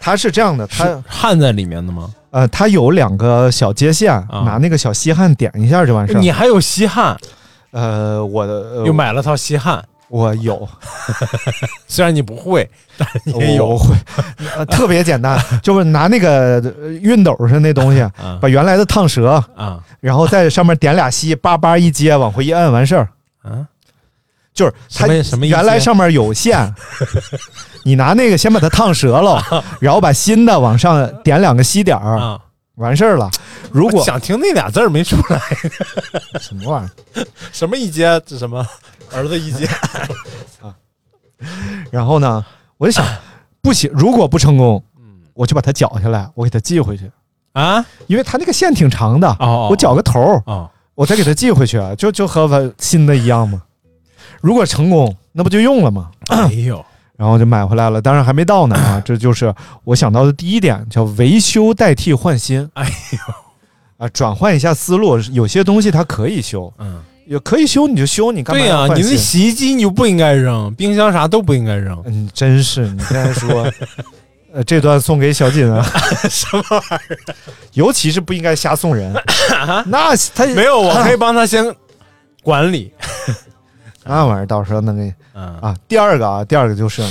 它是这样的，
是
它
焊在里面的吗？
呃，它有两个小接线，拿那个小吸焊点一下就完事儿。
啊你还有吸焊，
呃，我的、呃
又买了套吸焊，
我有，
虽然你不会， 但 是你也
我
有。
会、呃特别简单， 就是拿那个呃熨斗上那东西，
啊
把原来的烫折，
啊
然后在上面点俩吸，叭叭一接，往回一摁完事儿。
啊！
就是它
什么什么意思
原来上面有 线，你拿那个先把它烫折了，然后把新的往上点两个吸点儿，
啊！
完事儿了。如
我
果
想听那俩字儿没出 来，
什么玩意
什么一阶，这什么儿子一阶，
儿？然后呢，我就想，不行，如果不成功，我就把它绞下来，我给它寄回去，
啊
因为它那个线挺长的，
哦
我绞个头儿，
哦
我再给它寄回去，啊就就和我新的一样嘛。如果成功，那不就用了吗？
哎呦，
然后就买回来了，当然还没到呢 啊，这就是我想到的第一点，叫维修代替换新。
哎呦，
啊，转换一下思路，有些东西它可以修，
嗯，
也可以修你就修，你干嘛
对呀、
要换
你
新？
那洗衣机你就不应该扔，冰箱啥都不应 该扔，
嗯，真是你刚才 说，呃，这段送给小锦啊，
什么玩意
尤其是不应该瞎送 人，那他啊
儿？没有，我可以帮他先 管理。
那玩意儿，到时候能给
嗯，
啊。第二个啊，第二个就是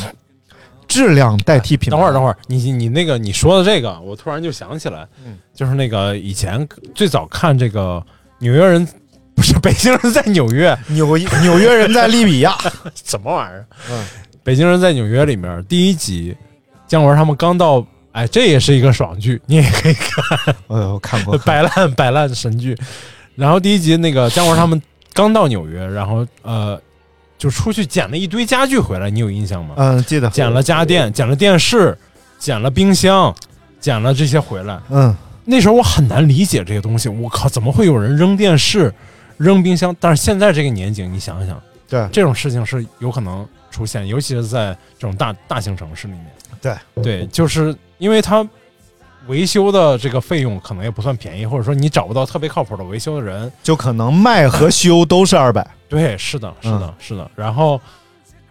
质量代替品牌。
等会儿，等会儿，你你那个你说的这个，我突然就想起来，
嗯
就是那个以前最早看这个纽约人，不是北京人在纽约，
纽纽约人在利比啊亚，
什么玩意儿？
嗯，
北京人在纽约里面第一集，姜文他们刚到，哎，这也是一个爽剧，你也可以
哎呦，我看过，
摆 烂摆烂神剧。然后第一集那个姜文他们刚到纽约，然后呃就出去捡了一堆家具回来，你有印象吗？
嗯，记得
捡了家电，捡了电视，捡了冰箱，捡了这些回来。
嗯，
那时候我很难理解这些东西，我靠，怎么会有人扔电视、扔冰箱？但是现在这个年景，你想想，
对
这种事情是有可能出现，尤其是在这种大大型城市里面。
对
对，就是因为它维修的这个费用可能也不算便宜，或者说你找不到特别靠谱的维修的人。
就可能卖和修都是二百。
对，是的，是
嗯
的，是的。然后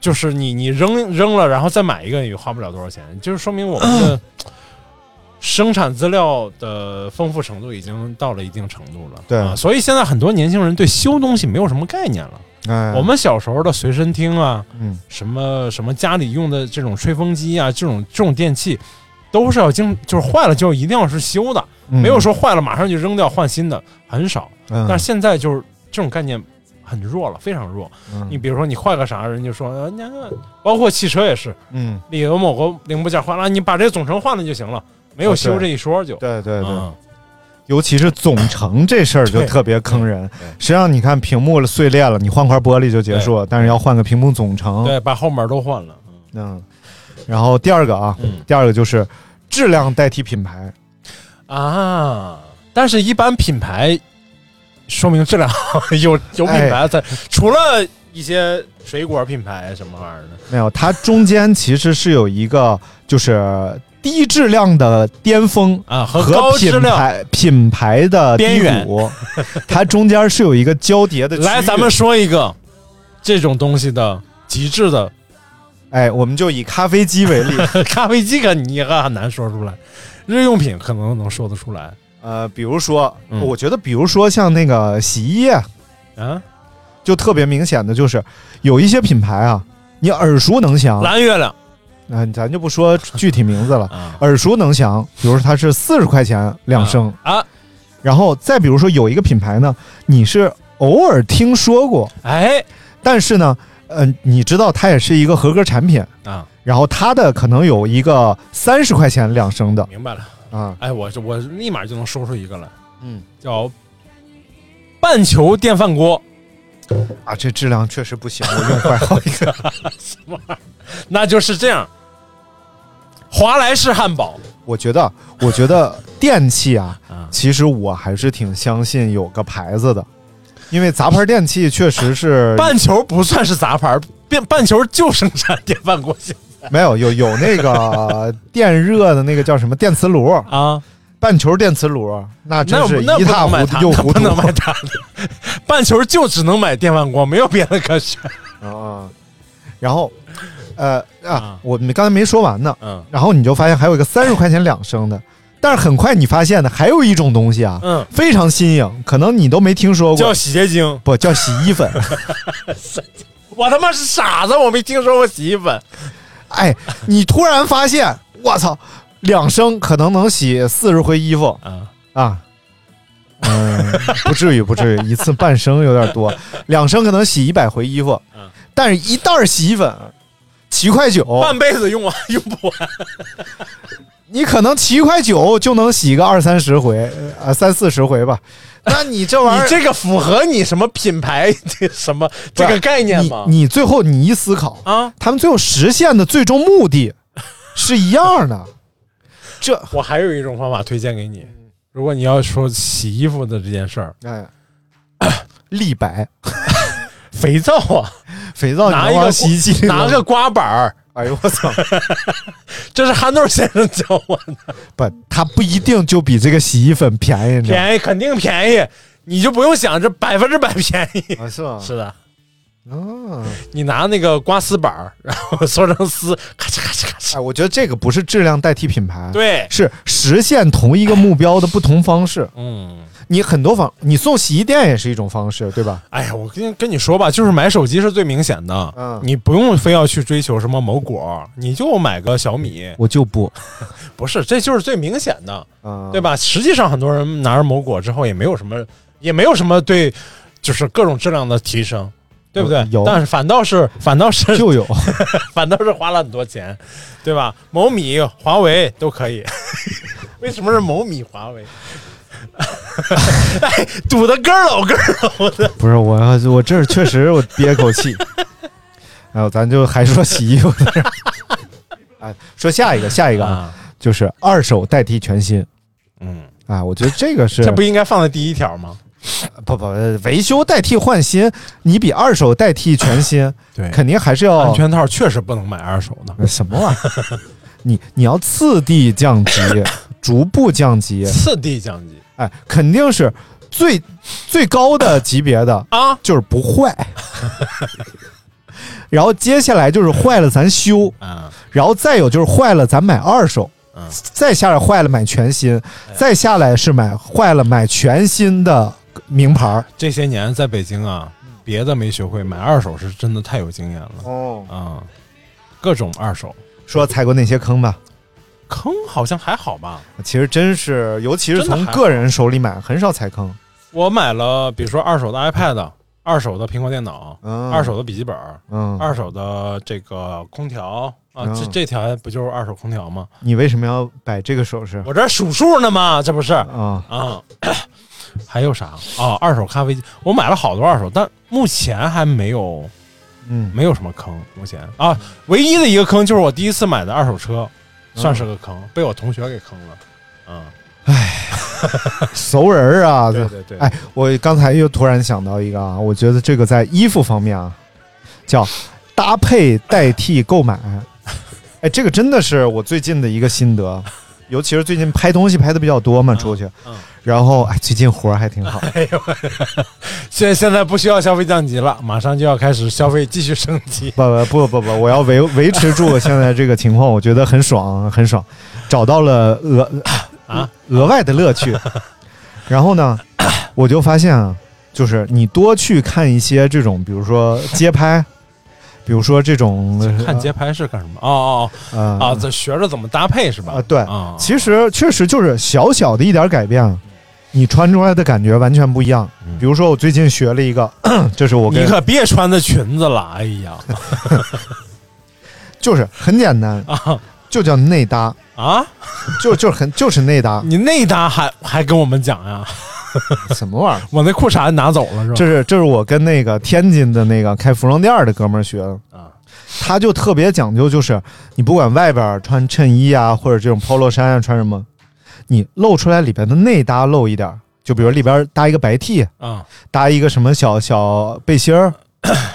就是你你扔扔了，然后再买一个也花不了多少钱，就是说明我们
嗯
的生产资料的丰富程度已经到了一定程度了。
对
啊，所以现在很多年轻人对修东西没有什么概念了。
哎，
我们小时候的随身听啊，
嗯，
什么什么家里用的这种吹风机啊，这种这种电器。都是要经，就是坏了就一定要是修的，
嗯
没有，说坏了马上就扔掉换新的，很少。
嗯、
但是现在就是这种概念很弱了，非常弱。
嗯
你比如说你坏个啥，人就说，呃你看，包括汽车也是，
嗯
啊里头某个零部件坏了，你把这总成换了就行了，没有修这一说就。
哦对对对，
嗯
尤其是总成这事儿就
对
特别坑人
对。
实际上，你看屏幕碎裂了，你换块玻璃就结束了，但是要换个屏幕总成。
对，把后门都换了。嗯
嗯，然后第二个啊，
嗯
第二个就是质量代替品牌。
啊，但是一般品牌说明质量 好有有品
哎
牌才，除了一些水果品牌什么玩意儿的，
没有，它中间其实是有一个就是低质量的巅峰
啊和
和
高质
品
量
牌品牌的低
边缘
谷， 它中间是有一个交叠的区域。
来，咱们说一个这种东西的极致的
哎，我们就以咖啡机为 例，
咖啡机，可你很难说出来。日用品可能能说得出来
呃，比如说，
嗯
我觉得比如说像那个洗衣液，
啊，
就特别明显的就是有一些品牌啊，你耳熟能详，啊、
蓝月亮
咱就不说具体名 字了，
啊
耳熟能详，比如说它是四十块钱两升，
啊，
然后再比如说有一个品牌呢，你是偶尔听说过，
哎
但是呢，嗯、你知道它也是一个合格产品，
啊，
然后它的可能有一个三十块钱两升的
明白了，
啊，
哎，我我立马就能说出一个来，
嗯
叫半球电饭锅。
啊，这质量确实不 行，我用 坏好几个
那就是这样。华莱士汉堡
我觉得，我觉 得电器啊，
啊，
其实我还是挺相信有个牌子的，因为杂牌电器确实是
半球不算是杂牌儿，变半球就生产电饭锅型
没有有有那 个电热的那个叫什么电磁炉，
啊，
半球电磁炉，那真
那
是
那
一
不
塌
能买
糊
它，
涂又
那
糊
不
涂
能买它的，半球就只能买电饭锅，没有别的可选。
啊。然后，呃啊
啊，
我们刚才没说完呢，
嗯
然后你就发现还有一个三十块钱两升的，但是很快你发现呢，还有一种东西啊，
嗯，
非常新颖，可能你都没听说
叫
过，
洗洁精，
不叫洗衣粉。
我他妈是傻子，我没听说过洗衣粉。
哎，你突然发现，我操，两升可能能洗四十回衣服
啊
啊。嗯， 不至于，不至于，一次半升有点多，两升可能洗一百回衣服
嗯，
但是一袋儿洗衣粉七块九，
半辈子用完 用不完，
你可能七块九就能洗个二三十回，呃，三四十回吧。那你这玩意
你
儿，
这个符合你什么品牌这什么这个概念吗？
你你最后你一思考，
啊，
他们最后实现的最终目的是一样的。这，
我还有一种方法推荐给你，如果你要说洗衣服的这件事儿，
哎， 立白
肥皂啊，
肥皂，你
拿
能
一个
往洗衣机里
拿
扔
个，刮板儿，
哎呦我操！
这是憨豆先生教我的，
不，它不一定就比这个洗衣粉便宜，你知道吗？
便宜肯定便宜，你就不用想，这百分之百便 宜。
啊，是吗？
是的，
嗯，
你拿那个刮丝板儿，然后 缩成丝，咔嚓咔嚓咔嚓。
哎，我觉得这个不是质量代替品牌，，啊
对，
是实现同一个目标的不同方式。
嗯，
你很多方，你送洗衣店也是一种方式，对吧？
哎呀，我跟跟你说吧，就是买手机是最明显的，
嗯
你不用非要去追求什么某果，你就买个小米，
我就不，
不是，这就是最明显的。
啊，
对？吧？实际上，很多人拿着某果之后，也没有什么，也没有什么对，就是各种质量的提升，对不对？
嗯有有
但是反倒是反倒 是
就有，
反倒是花了很多钱，对吧？某米、华为都可以。 为什么是某米、华为？ 哎，堵的咯老咯老的。
不是我，我这儿确实我憋口气。 哎呦，咱就还说洗衣服的事儿。 哎，说下一个，下一个啊，
啊，
就是二手代替全新。
嗯，
啊，我觉得这个是
这不应该放在第一条吗？
不不维修代替换新，你比二手代替全新，
对
肯定还是要
安全套确实不能买二手的，
什么玩意儿？你你要次第降 级，逐步降级，
次第降级
哎，肯定是最最高的级别的
啊！
就是不 坏，然后接下来就是坏了咱修，
啊，
然后再有就是坏了咱买二手，
嗯哎
再下来坏了买全新，再下来是买坏了买全新的名牌儿。
这些年在北京啊，别的没学会，买二手是真的太有经验了。
哦，
啊、各种二手
说踩过哪些坑吧？
坑好像还好吧。
其实真是，尤其是
真的
从
还好
个人手里买，很少踩坑。
我买了，比如说二手的 iPad、二手的苹果电脑、
嗯
二手的笔记本、
嗯，
二手的这个空调、啊，这
嗯
这条不就是二手空调吗？
你为什么要摆这个手势
我这数数呢嘛，这不是啊、
啊？
还有啥啊？二手咖啡机，我买了好多二手，但目前还没有
嗯，
没有什么坑。目前啊，唯一的一个坑就是我第一次买的二手车，
嗯
算是个坑，被我同学给坑了。
啊
嗯，
熟人儿啊，
对对对，
哎，我刚才又突然想到一个啊，我觉得这个在衣服方面啊，叫搭配代替购买。哎，这个真的是我最近的一个心得，尤其是最近拍东西拍的比较多嘛，出去，
嗯
然后哎，最近活儿还挺好。
哎呦， 现在现在不需要消费降级了，马上就要开始消费继续升级。
不不不不不，我要维维持住我现在这个情况，我觉得很爽很爽，找到了额
啊
额外的乐 趣。然后呢，我就发现啊，就是你多去看一些这种，比如说街拍，比如说这种
看街拍是干什么？哦
呃
哦哦啊，这学着怎么搭配是吧？
啊对
啊，
其实确实就是小小的一点改变，啊你穿出来的感觉完全不一样。
嗯
比如说我最近学了一个， 这是我
你
跟
可别穿那裙子了，哎呀
就是很简单，
啊
就叫内搭，
啊！
就就很就是内 搭，
你内搭还还跟我们讲呀？
什么玩意儿？
我那裤衩拿走了是吧？
这是这是我跟那个天津的那个开服装店儿的哥们儿学的
啊，
他就特别讲究，就是你不管外边儿穿衬衣啊，或者这种 polo 衫啊，穿什么，你露出来里边的内搭露一点儿，就比如里边儿搭一个白 T，
啊，
搭一个什么小小背心儿，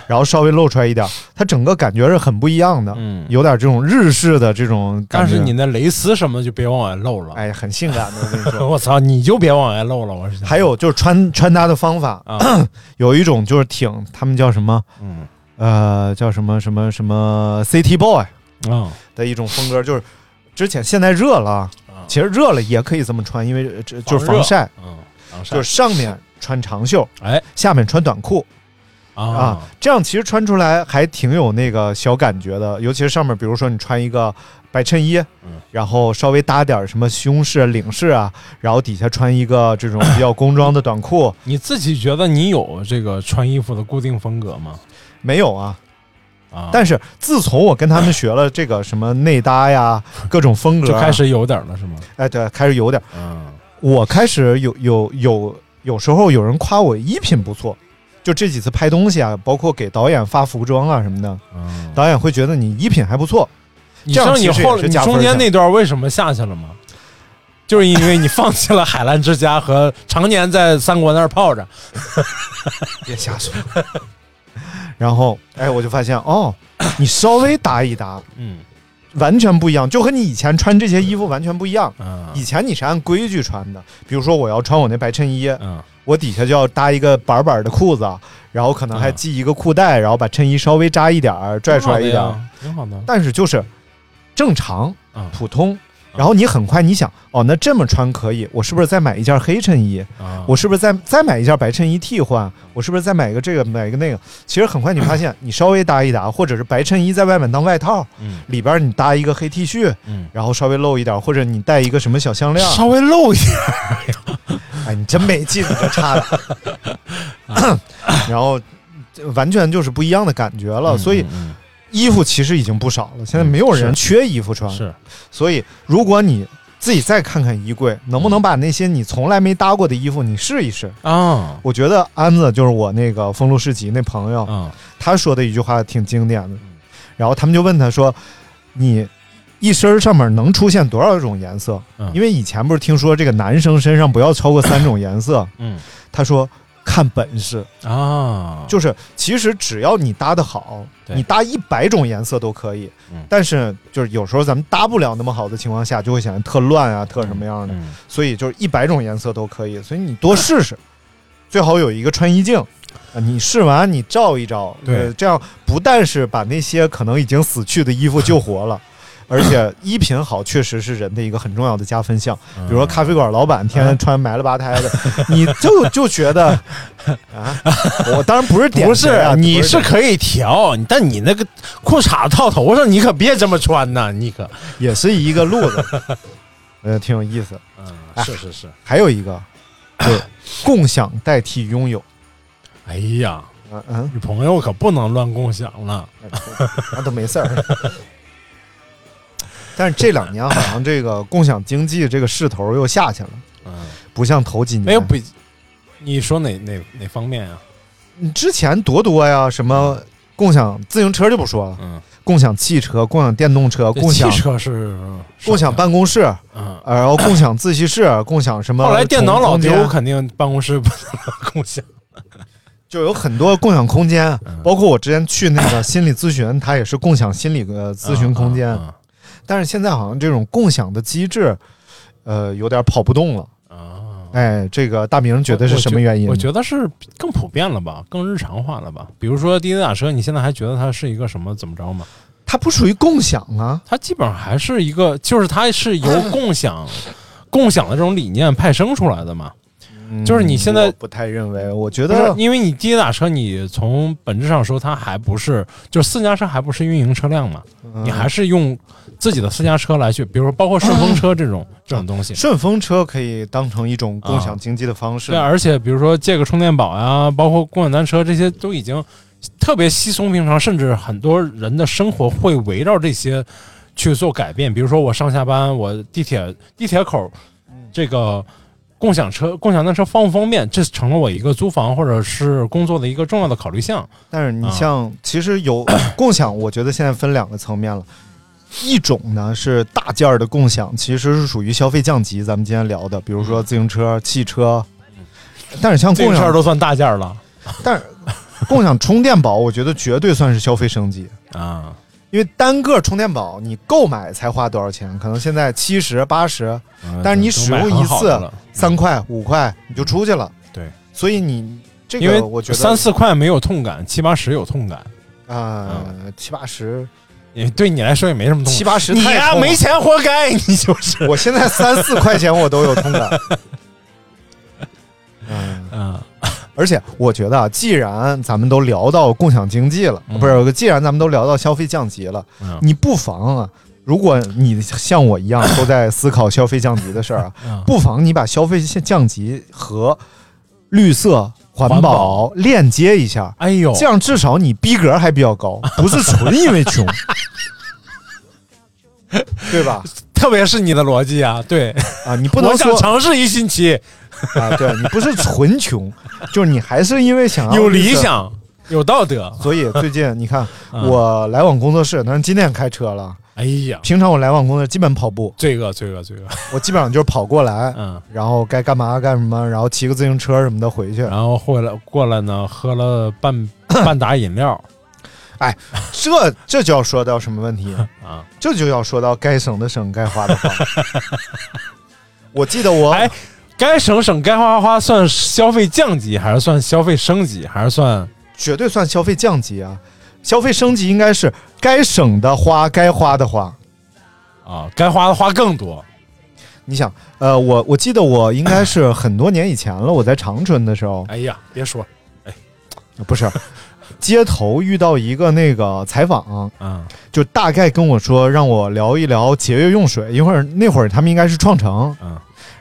然后稍微露出来一点儿，它整个感觉是很不一样的，
嗯，
有点这种日式的这种感
但
觉。
是你那蕾丝什么就别往外露了。
哎呀，很性感的，我跟你说。
我操，你就别往外露了，我是想
还有就是穿穿搭的方法，
啊，
有一种就是挺他们叫什么？
嗯
呃，叫什么什么什么 City Boy
啊
的一种风格，就是之前现在热了啊，
啊，
其实热了也可以这么穿，因为呃这就是
防热
防晒，
嗯，防晒
就是上面穿长袖，
哎
下面穿短裤啊
啊，
这样其实穿出来还挺有那个小感觉的，尤其是上面，比如说你穿一个白衬衣
嗯，
然后稍微搭点儿什么西红柿、领饰啊，然后底下穿一个这种比较工装的短裤，
你自己觉得你有这个穿衣服的固定风格吗？
没有啊，
啊，
但是自从我跟他们学了这个什么内搭呀，各种风格
就
啊，
开始有点了，是吗？
哎，对，开始有点儿。
嗯，
我开始有有有有时候有人夸我衣品不错，就这几次拍东西啊，包括给导演发服装啊什么的，
嗯
导演会觉得你衣品还不错。
你知
这样
道
其
你
实也
后来
是
你
加分
中间
项
那段为什么下去了吗？就是因为你放弃了海澜之家和常年在三国那儿泡着，
别瞎说。 然后，哎，我就发现哦，你稍微搭一搭，
嗯
完全不一样，就和你以前穿这些衣服完全不一样。
啊
以前你是按规矩穿的，比如说我要穿我那白衬衣，
嗯
我底下就要搭一个板板的裤子，然后可能
嗯
还系一个裤带，然后把衬衣稍微扎一点儿，拽出来
哦
一点儿。，
挺好的呀，挺好的
但是就是正常
啊
普通，然后你很快你想，哦，那这么穿可以，我是不是再买一件黑衬衣？
啊，
我是不是再再买一件白衬衣替换？我是不是再买一个这个买一个那个？其实很快你发现，你稍微搭一搭，或者是白衬衣在外面当外套，
嗯
里边你搭一个黑 T 恤，
嗯，
然后稍微露一点，或者你带一个什么小项 链，
稍微露一点，
哎，你真没劲，你这差 的。然后这完全就是不一样的感觉了，所以
嗯
衣服其实已经不少了，现在没有人缺衣服穿。
嗯是
所以如果你自己再看看衣柜，能不能把那些你从来没搭过的衣服你试一试？
啊
我觉得安子就是我那个丰路市集那朋友，
啊
他说的一句话挺经典的。然后他们就问他说：“你一身上面能出现多少种颜色？”
嗯
因为以前不是听说这个男生身上不要超过三种颜色。
嗯
他说看本事，
啊，
就是其实只要你搭的好，
对
你搭一百种颜色都可以。
嗯
但是就是有时候咱们搭不了那么好的情况下，就会显得特乱啊，特什么样的。
嗯
所以就是一百种颜色都可以，所以你多试试，最好有一个穿衣镜。啊，你试完你照一照，
对
呃这样不但是把那些可能已经死去的衣服救活 了，而且衣品好确实是人的一个很重要的加分项。
嗯
比如说咖啡馆老板天天穿埋了吧胎的，你 就就觉得啊，我当然不是点
不
谁
是
啊，，
你
不
是
是
可以调，你但你那个裤衩套头上，你可别这么穿呐，你可，
也是一个路子，呃，挺有意思。
嗯，是是是，
还有一个，对，共享代替拥有。
哎呀，
嗯嗯，哎
女朋友可不能乱共享了。
那都没事儿。 但是这两年好像这个共享经济这个势头又下去了，
嗯，
不像头几年。
没有比，你说哪哪哪方面啊？
你之前多多呀，什么共享自行车就不说了，
嗯，
共享汽车、共享电动车、
对
共享
汽车是
共享，办公室，
嗯。
呃然后共享自习室、共享什么。
后来电脑老丢，
空间
肯定办公室不能共享。
就有很多共享空间
嗯，
包括我之前去那个心理咨询，它也是共享心理呃咨询空间。
啊
但是现在好像这种共享的机制，呃，有点跑不动了。
啊啊
哎，这个大明觉得是什么原因呢？
我觉得是更普遍了吧，更日常化了吧。比如说滴滴打车，你现在还觉得它是一个什么怎么着吗？
它不属于共享啊。
它基本上还是一个，就是它 是由共享、共享的这种理念派生出来的嘛。就是你现在
嗯我不太认为，我觉
不是
得，
因为你滴滴打车，你从本质上说，它还不是就是私家车，还不是运营车辆嘛，
嗯
你还是用自己的私家车来去，比如说包括顺 风车这种、这种东西。
顺风车可以当成一种共享经济的方式。
对，啊而且比如说借个充电宝呀，包括共享单车这些，都已经特别稀松平常，甚至很多人的生活会围绕这些去做改变。比如说我上下班，我地铁地铁口这个共享车、共享单车方不方便，这成了我一个租房或者是工作的一个重要的考虑项。
但是你
啊
像，其实有 共享，我觉得现在分两个层面了。一种呢是大件儿的共享，其实是属于消费降级，咱们今天聊的，比如
嗯
说自行车、汽车。但是像
这
共
个事儿
享，
都算大件儿了
但是共享充电宝，我觉得绝对算是消费升级，
啊！
因为单个充电宝你购买才花多少钱？可能现在七十、八十，
嗯
但是你
都
使
买
用
很
一
好
次
的了嗯
三块、五块你就出去了。
对，
所以你这
因为
个我觉得
三四块没有痛感，七八十有痛感，
啊、
嗯
七八十，
也对你来说也没什么痛感。
七八十
你
太
呀、
痛了
没钱活该，你就是。
我现在三四块钱我都有痛 感。嗯，
嗯
而且我觉得啊，既然咱们都聊到共享经济了，
嗯
不是，既然咱们都聊到消费降级了，
嗯
你不妨啊，如果你像我一样都在思考消费降级的事儿啊，
嗯
不妨你把消费降级和绿色环
环
保
保
链接一下，
哎呦，
这样至少你逼格还比较 高，不是纯因为穷，对吧？
特别是你的逻辑啊，对，
啊，你不能
我想
说
尝试一星期，
啊，对你不是纯 穷，就是你还是因为想要
有
绿
理
色。
想，有道德。
所以最近你看，
嗯
我来往工作室，但是今天开车了。
哎呀，
平常我来往工作室基本跑步，
罪恶，罪恶，罪恶。
我基本上就是跑过来，
嗯，
然后该干嘛干什么，然后骑个自行车什么的 回去。
然后回来过来呢，喝了半半打饮料
这这就要说到什么问题？
啊。
这就要说到该省的省，该花的 花。我记得我
哎该省省，该花花，算消费降级，还是算消费升级，还是算
绝对算消费降级啊，消费升级应该是该省的花，该花的花。
啊？该花的花更多。
你想，呃，我我记得我应该是很多年以前了，我在长春的时候，
哎呀，别说，
不是，街头遇到一个那个采访，啊
嗯
就大概跟我说让我聊一聊节约用水。一会儿那会儿他们应该是创城，
嗯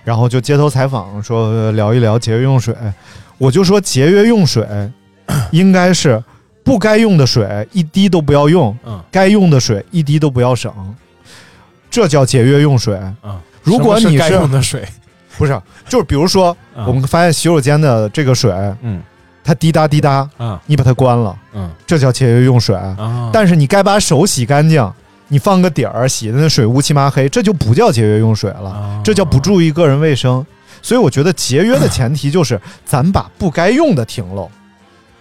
然后就街头采访说呃聊一聊节约用水，我就说节约用水应该是不该用的水一滴都不要用，
嗯
该用的水一滴都不要省，这叫节约用水。
嗯。
如果
什么
你
该
是
用的水，
不是，就是比如说，
嗯
我们发现洗手间的这个水，
嗯
它滴答滴答，
啊
你把它关了，
嗯
这叫节约用水。
啊，
但是你该把手洗干净，你放个底儿，洗的那水乌漆麻黑，这就不叫节约用水了，
啊
这叫不注意个人卫生。所以我觉得节约的前提就是咱把不该用的停喽，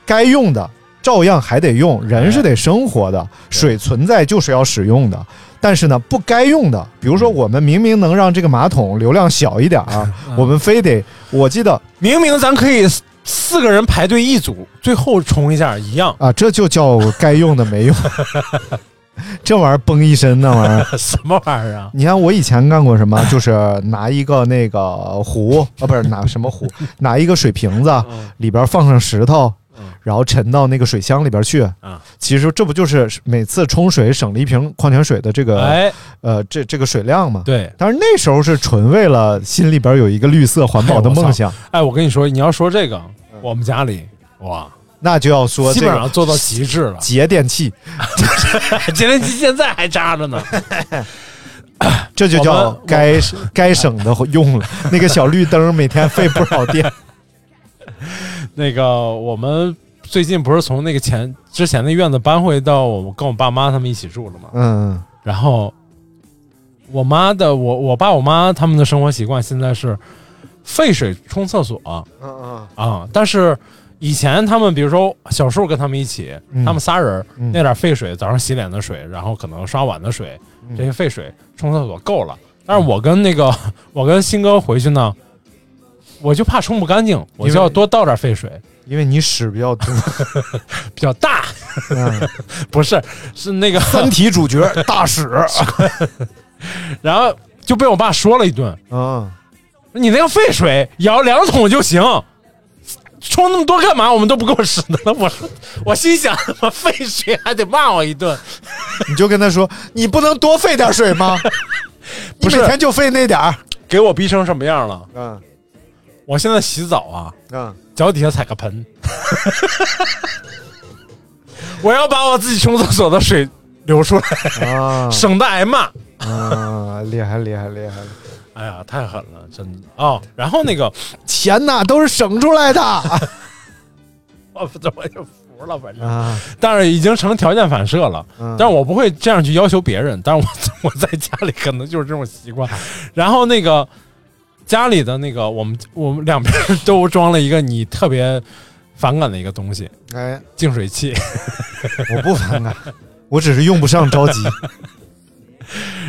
该用的照样还得用，人是得生活的，水存在就是要使用的。但是呢，不该用的，比如
嗯
说我们明明能让这个马桶流量小一点 儿，
嗯
我们非得，我记得，
明明咱可以四四个人排队一组，最后冲一下一样
啊，这就叫该用的没用， 这玩意儿崩一身那玩意儿。
什么玩意儿啊？
你看我以前干过什么， 就是拿一个那个壶，啊，不是拿什么壶， 拿一个水瓶子，
嗯
里边放上石头，然后沉到那个水箱里边去。
啊，
其实这不就是每次冲水省了一瓶矿泉水的这个、
哎，
呃这这个水量吗？。
对，
但是那时候是纯为了心里边有一个绿色环保的梦想，
哎，我跟你说，你要说这个，我们家里哇，
那就要说
基
这
本
个，
上做到极 致了
节电器。
节电机现在还扎着呢。
这就
我
叫
们
该该省的用了。那个小绿灯每天费不少电。
那个我们最近不是从那个前之前的院子搬回到我跟我爸妈他们一起住了嘛，
嗯，
然后我妈的我我爸我妈他们的生活习惯现在是沸水冲厕所，嗯嗯啊，但是以前他们比如说小树跟他们一起，
嗯
他们仨人、
嗯
那点沸水，早上洗脸的水，然后可能刷碗的水，
嗯
这些沸水冲厕所够了。但是我跟那个 我跟新哥回去呢，我就怕冲不干净，
因
我
为
就要多倒点沸水，
因为你屎比较多，
比较大，
嗯
不是是那个，
三体主 角大屎。
然后就被我爸说了一顿，
嗯，
你那个沸水舀两桶就行，冲那么多干嘛？我们都不够使的了。我说，我心想，他妈沸水还得骂我一顿，
你就跟他说，你不能多费点水吗？
不
你
是
每天就费那点儿。
给我逼成什么样了？
嗯
我现在洗澡啊，
嗯，
脚底下踩个盆， 我要把我自己冲厕所的水流出来，
啊
省得挨骂。
啊，厉害厉害厉害！
哎呀，太狠了，真的哦。然后那个，
钱呐都是省出来的
我怎么就服了，反正。
啊，
但是已经成条件反射了。
嗯
但是我不会这样去要求别人，但是我 我在家里可能就是这种习惯。然后那个家里的那个，我们我们两边都装了一个你特别反感的一个东西
哎，
——净水器。
我不反感，我只是用不上，着 急。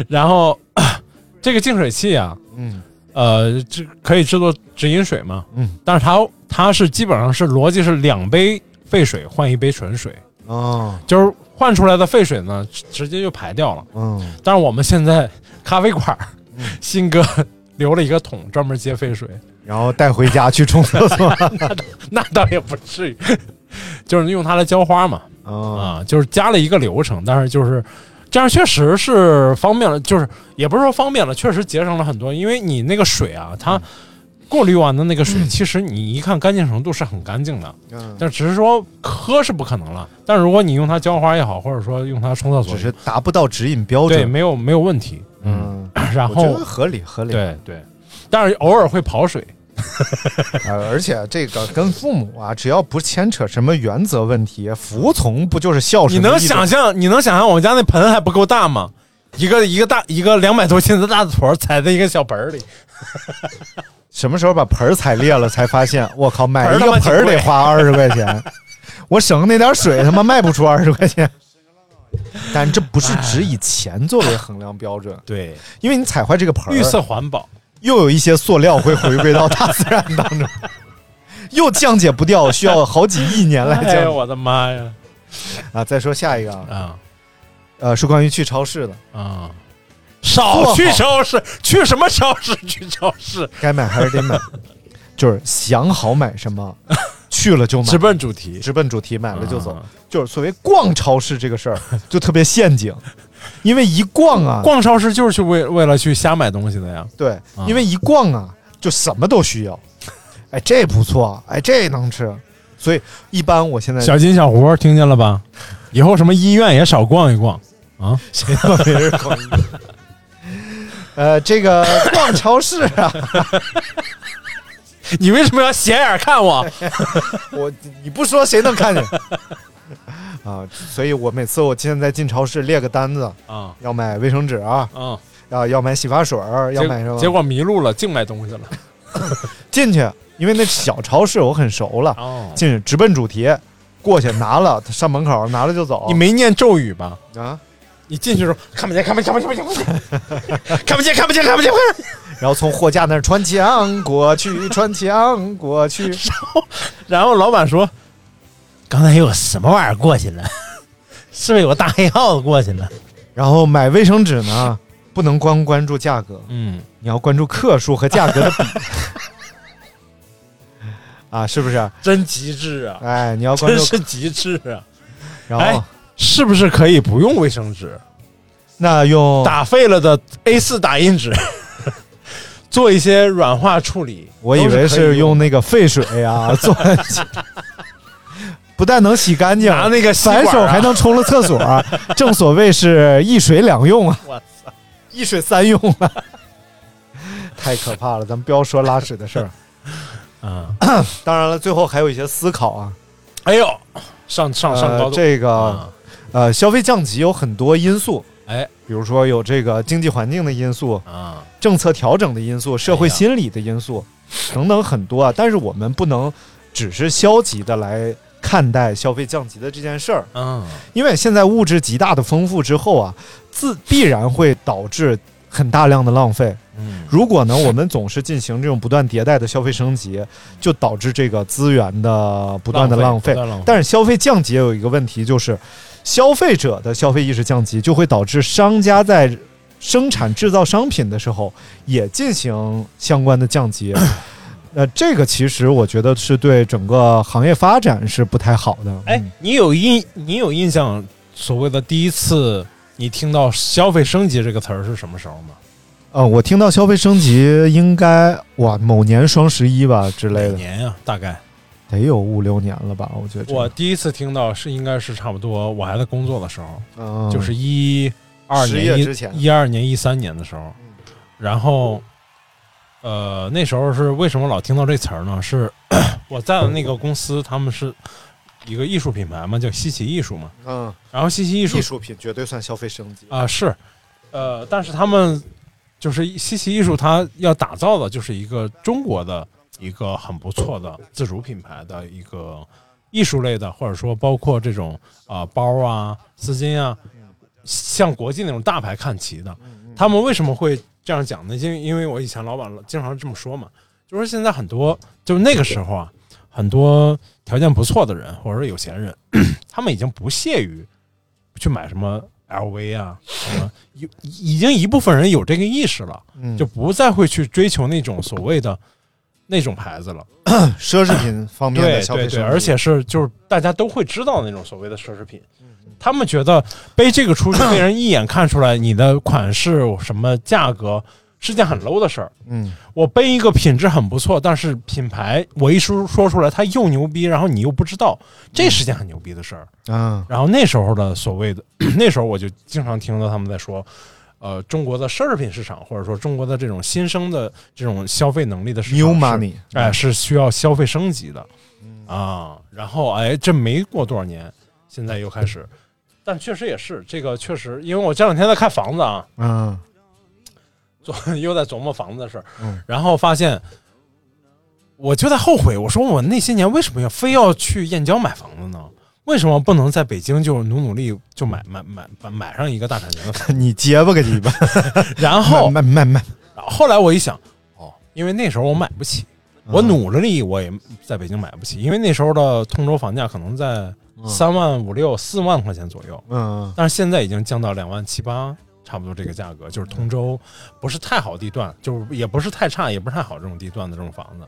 然后 这个净水器啊，
嗯
呃，这可以制作直饮水嘛？
嗯，
但是它它是基本上是逻辑是两杯沸水换一杯纯水，
哦，
就是换出来的沸水呢，直直接就排掉了。
嗯，
但是我们现在咖啡馆儿， 新哥留了一个桶专门接废水，
然后带回家去冲厕所。
那倒也不至于， 就是用它来浇花嘛，
啊，
啊，就是加了一个流程，但是就是这样确实是方便了，就是也不是说方便了，确实节省了很多，因为你那个水啊，
嗯
它过滤完的那个水，其实你一看干净程度是很干净的，
嗯，
但只是说喝是不可能了，但如果你用它浇花也好，或者说用它冲厕所
只，是达不到指引标
对，
准。啊
没有没有问题，嗯，
嗯，
然
我觉
后
得合理合理。啊
对对，但是偶尔会跑水。
呃，而且这个跟父母啊，只要不牵扯什么原则问题，服从不就是孝顺？
你能想？象，你能想象我们家那盆还不够大吗？一个一个大一个两百多斤的大坨儿踩在一个小盆儿里，
什么时候把盆儿踩裂了，才发现我靠，买
盆儿
一
他妈
个盆儿
挺贵
得花二十块 钱，我省那点水他妈卖不出二十块钱。但这不是只以钱作为衡量标 准，
对，
因为你踩坏这个盆儿，
绿色环保，
又有一些塑料会回归到大自然当中，又降解不掉，需要好几亿年来降
哎
解、
呦我的妈呀！
啊！再说下一个啊，
啊
呃，是关于去超市的，
啊，少去超市，去什么超市？去超市，
该买还是得 买，就是想好买什么，去了就买，
直奔主题，
直奔主题，买了就走。
啊
就是所谓逛超市这个事儿，就特别陷阱，因为一逛啊，
逛超市就是去为为了去瞎买东西的呀。
对
啊，
因为一逛啊，就什么都需要。哎，这不错，哎，这能吃，所以一般我现在
小金小胡听见了吧？以后什么医院也少逛一 逛啊！
谁他妈没人逛医院？呃，这个逛超市啊，
你为什么要斜眼看 我？
我你不说谁能看见？ 啊，所以我每次我现在进超市列个单子，
啊
要买卫生纸啊，
啊！
啊要买洗发水儿，要买什么？
结果迷路了，净买东西了。
进去，因为那小超市我很熟了，
哦
进去直奔主题，过去拿了，上门口拿了就走。
你没念咒语吧？
啊？
你进去的时候看不见，看不见，看不见，看不见，看不见，看不见，看不见，看不见。
然后从货架那儿穿墙过去，穿墙过 去。
然后老板说：“刚才有什么玩意儿过去了？ 是不是有个大黑耗子过去了
然后买卫生纸呢，不能光关注价格？”，
嗯，
你要关注克数和价格 的比。啊，是不是？
真极致啊，
哎，你要关
真
注，
是极致啊！
然后、
哎是不是可以不用卫生纸，
那用
打废了的 A 4打印纸， 做一些软化处理？
我以为
都可
是
用
用那个沸水 啊做完洗，不但能洗干净，
拿那个吸管
反
啊
手还能冲了厕所，正所谓是一水两用啊！
我操，
一水三用啊了， 太可怕了！咱们不要说拉屎的 事儿。
嗯，
当然了，最后还有一些思考啊，
哎呦，上上上
呃
高度，
这个
啊
呃，消费降级有很多因素，
哎
比如说有这个经济环境的因素、
啊，
政策调整的因素、社会心理的因素等等很多啊。但是我们不能只是消极的来看待消费降级的这件事儿，
嗯，
因为现在物质极大的丰富之后啊，自必然会导致很大量的浪费。
嗯，
如果呢，我们总是进行这种不断迭代的消费升级，就导致这个资源的不断的浪费
不。断浪费
但是消费降级也有一个问题，就是消费者的消费意识降级，就会导致商家在生产制造商品的时候也进行相关的降 级。呃，这个其实我觉得是对整个行业发展是不太好的。
哎，你有印你有印象所谓的第一次你听到“消费升级”这个词儿是什么时候吗？
呃，我听到消费升级应该哇某年双十一吧之类
哪
的，
年呀、啊大概
得有五六年了吧？我觉得这个
我第一次听到是应该是差不多我还在工作的时候，
嗯
就是一二
失
年
业
一
之前
一二年一三年的时候，然后呃那时候是为什么老听到这词儿呢？是 我在的那个公司，他们是一个艺术品牌嘛，叫西奇艺术嘛，
嗯，
然后西奇艺术
术品绝对算消费升级
啊、是，呃，但是他们就是西奇艺术，它要打造的就是一个中国的一个很不错的自主品牌的一个艺术类的，或者说包括这种啊、呃包啊、丝巾啊，向国际那种大牌看齐的。他们为什么会这样讲呢？因为因为我以前老板经常这么说嘛，就说现在很多就是那个时候啊，很多条件不错的人或者说有钱人， 他们已经不屑于去买什么 LV 啊，什么有已经一部分人有这个意识了，
嗯
就不再会去追求那种所谓的那种牌子了。
奢侈品方面
对
的消费
对
升级，
对，而且是就是大家都会知道那种所谓的奢侈品，
嗯
他们觉得背这个出去被人一眼看出来你的款式什么价格是件很 low 的事儿。
嗯，
我背一个品质很不错，但是品牌我一说说出来，它又牛逼，然后你又不知道，
嗯
这是件很牛逼的事儿。
啊，
然后那时候的所谓的， 那时候我就经常听到他们在说，呃，中国的奢侈品市场，或者说中国的这种新生的这种消费能力的市场
New
是
money 嗯
哎，是需要消费升级的啊。然后哎，这没过多少年，现在又开始，但确实也是这个确实，因为我这两天在看房子啊，
嗯，
昨 又在琢磨房子的事儿
嗯，
然后发现。我就在后悔，我说我那些年为什么要非要去燕郊买房子呢？为什么不能在北京就努努力就买买买买买上一个大产权的房？
你结巴个鸡 巴，
然后
卖卖卖，
后来我一想，哦，因为那时候我买不起，我努了力我也在北京买不起，因为那时候的通州房价可能在三万五六四万块钱左右，
嗯
但是现在已经降到两万七八，差不多这个价格，就是通州不是太好地段，就是也不是太差，也不是太好这种地段的这种房子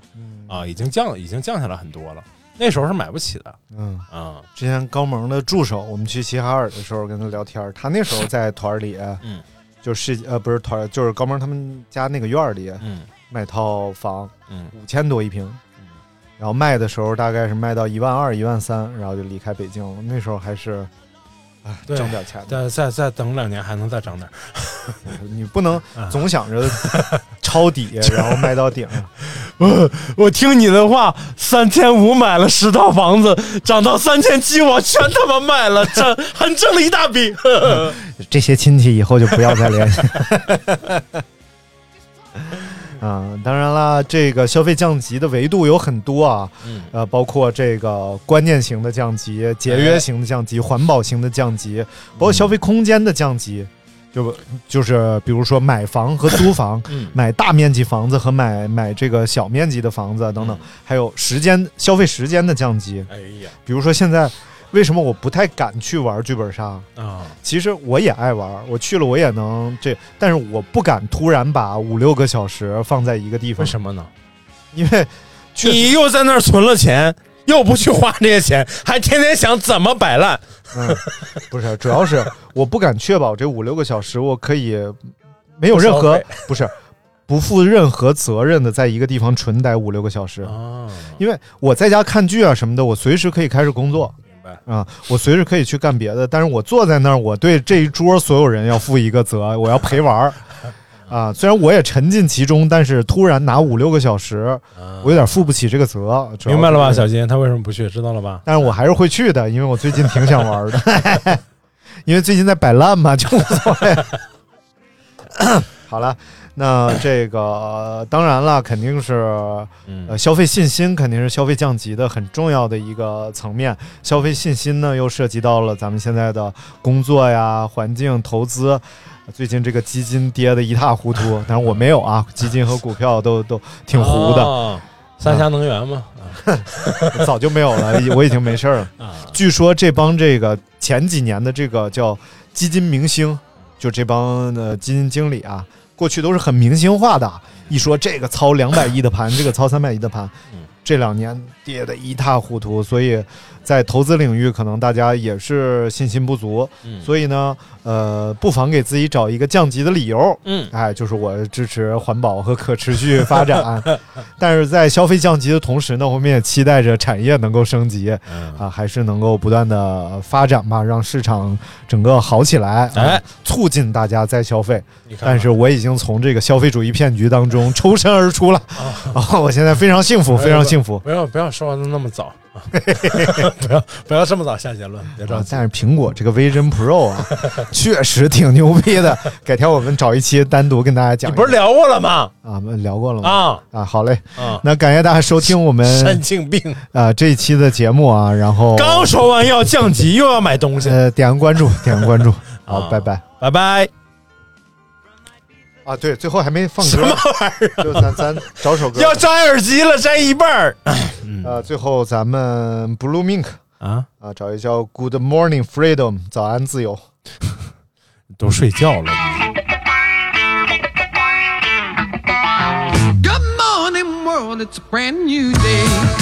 啊，已经降已经降下来很多了。那时候是买不起的
嗯。
啊，
之前高萌的助手，我们去齐齐哈尔的时候跟他聊天儿，他那时候在团儿里，
嗯，
就是呃不是团儿，就是高萌他们家那个院儿里
嗯
买套房，
嗯
五千多一平，然后卖的时候大概是卖到一万二、一万三，然后就离开北京了。那时候还是，哎，
对
挣点钱的，
再再再等两年还能再涨点儿。
你不能
嗯
总想着抄 底，然后卖到顶。
我我听你的话，三千五买了十套房子，涨到三千七，我全他妈卖了，挣还挣了一大笔。
这些亲戚以后就不要再联系。啊，当然啦，这个消费降级的维度有很多啊，
嗯
呃，包括这个观念型的降级、节约型的降级、环保型的降级，包括消费空间的降级，就就是比如说买房和租房，
嗯
买大面积房子和买买这个小面积的房子等等，还有时间消费时间的降级，
哎呀
比如说现在为什么我不太敢去玩剧本杀？
啊，
其实我也爱玩儿，我去了我也能这，但是我不敢突然把五六个小时放在一个地方，
为什么呢？
因为确实，
你又在那儿存了钱，又不去花这些钱，还天天想怎么摆烂。
嗯，不是，主要 是我不敢确保这五六个小时我可以没有任
不消
何
费
不是不负任何责任的在一个地方纯待五六个小时，
啊，
因为我在家看剧啊什么的，我随时可以开始工作。
白
啊，我随时可 以去干别的，但是我坐在那儿，我对这一桌所有人要负一个责，我要陪玩儿，啊，虽然我也沉浸其中，但是突然拿五六个小时，我有点负不起这个责。主要
嗯明白了吧，
是
小金？他为什么不去？知道了吧？
但是我还是会去的，因为我最近挺想玩的，因为最近在摆烂嘛，就无所谓。好了，那这个、呃当然了，肯定是呃消费信心肯定是消费降级的很重要的一个层面。消费信心呢，又涉及到了咱们现在的工作呀、环境、投资。最近这个基金跌的一塌糊涂，但是我没有啊，基金和股票都都挺糊的，
哦三峡能源嘛，
早就没有了，我已经没事儿了。
啊，
据说这帮这个前几年的这个叫基金明星，就这帮呃基金经理啊，过去都是很明星化的，啊一说这个操两百亿的盘，这个操三百亿的盘，这两年跌得一塌糊涂，所以在投资领域可能大家也是信心不足，
嗯
所以呢，呃，不妨给自己找一个降级的理由，
嗯
哎，就是我支持环保和可持续发 展，但是在消费降级的同时呢，我们也期待着产业能够升级，
嗯
啊，还是能够不断的发展吧，让市场整个好起来，啊
哎，
促进大家再消费。
你看看，
但是我已经从这个消费主义骗局当中抽身而出了，
哦
啊，我现在非常幸福，非常幸福。
哎不要不要说的那么 早，啊不要不要这么早下结论，别着
啊
急。
但是苹果这个 Vision Pro 啊，确实挺牛逼的。改天我们找一期单独跟大家讲
你
一讲。
不是聊过了吗？
啊，我们聊过了吗？
啊
啊，好嘞。
啊，
那感谢大家收听我们
神经病！
啊这一期的节目啊，然后
刚说完要降级，又要买东西，
呃点个关注，点个关注，好，
啊
拜拜。
拜拜。
啊，对，最后还没放歌，什么玩意儿？就咱咱找首歌，
啊要摘耳机了，摘一半儿
呃，最后咱们 Blue Mink
啊，
啊，找一叫 Good Morning Freedom，早安自由。
都睡觉了。
Good morning, world. It's a brand new day.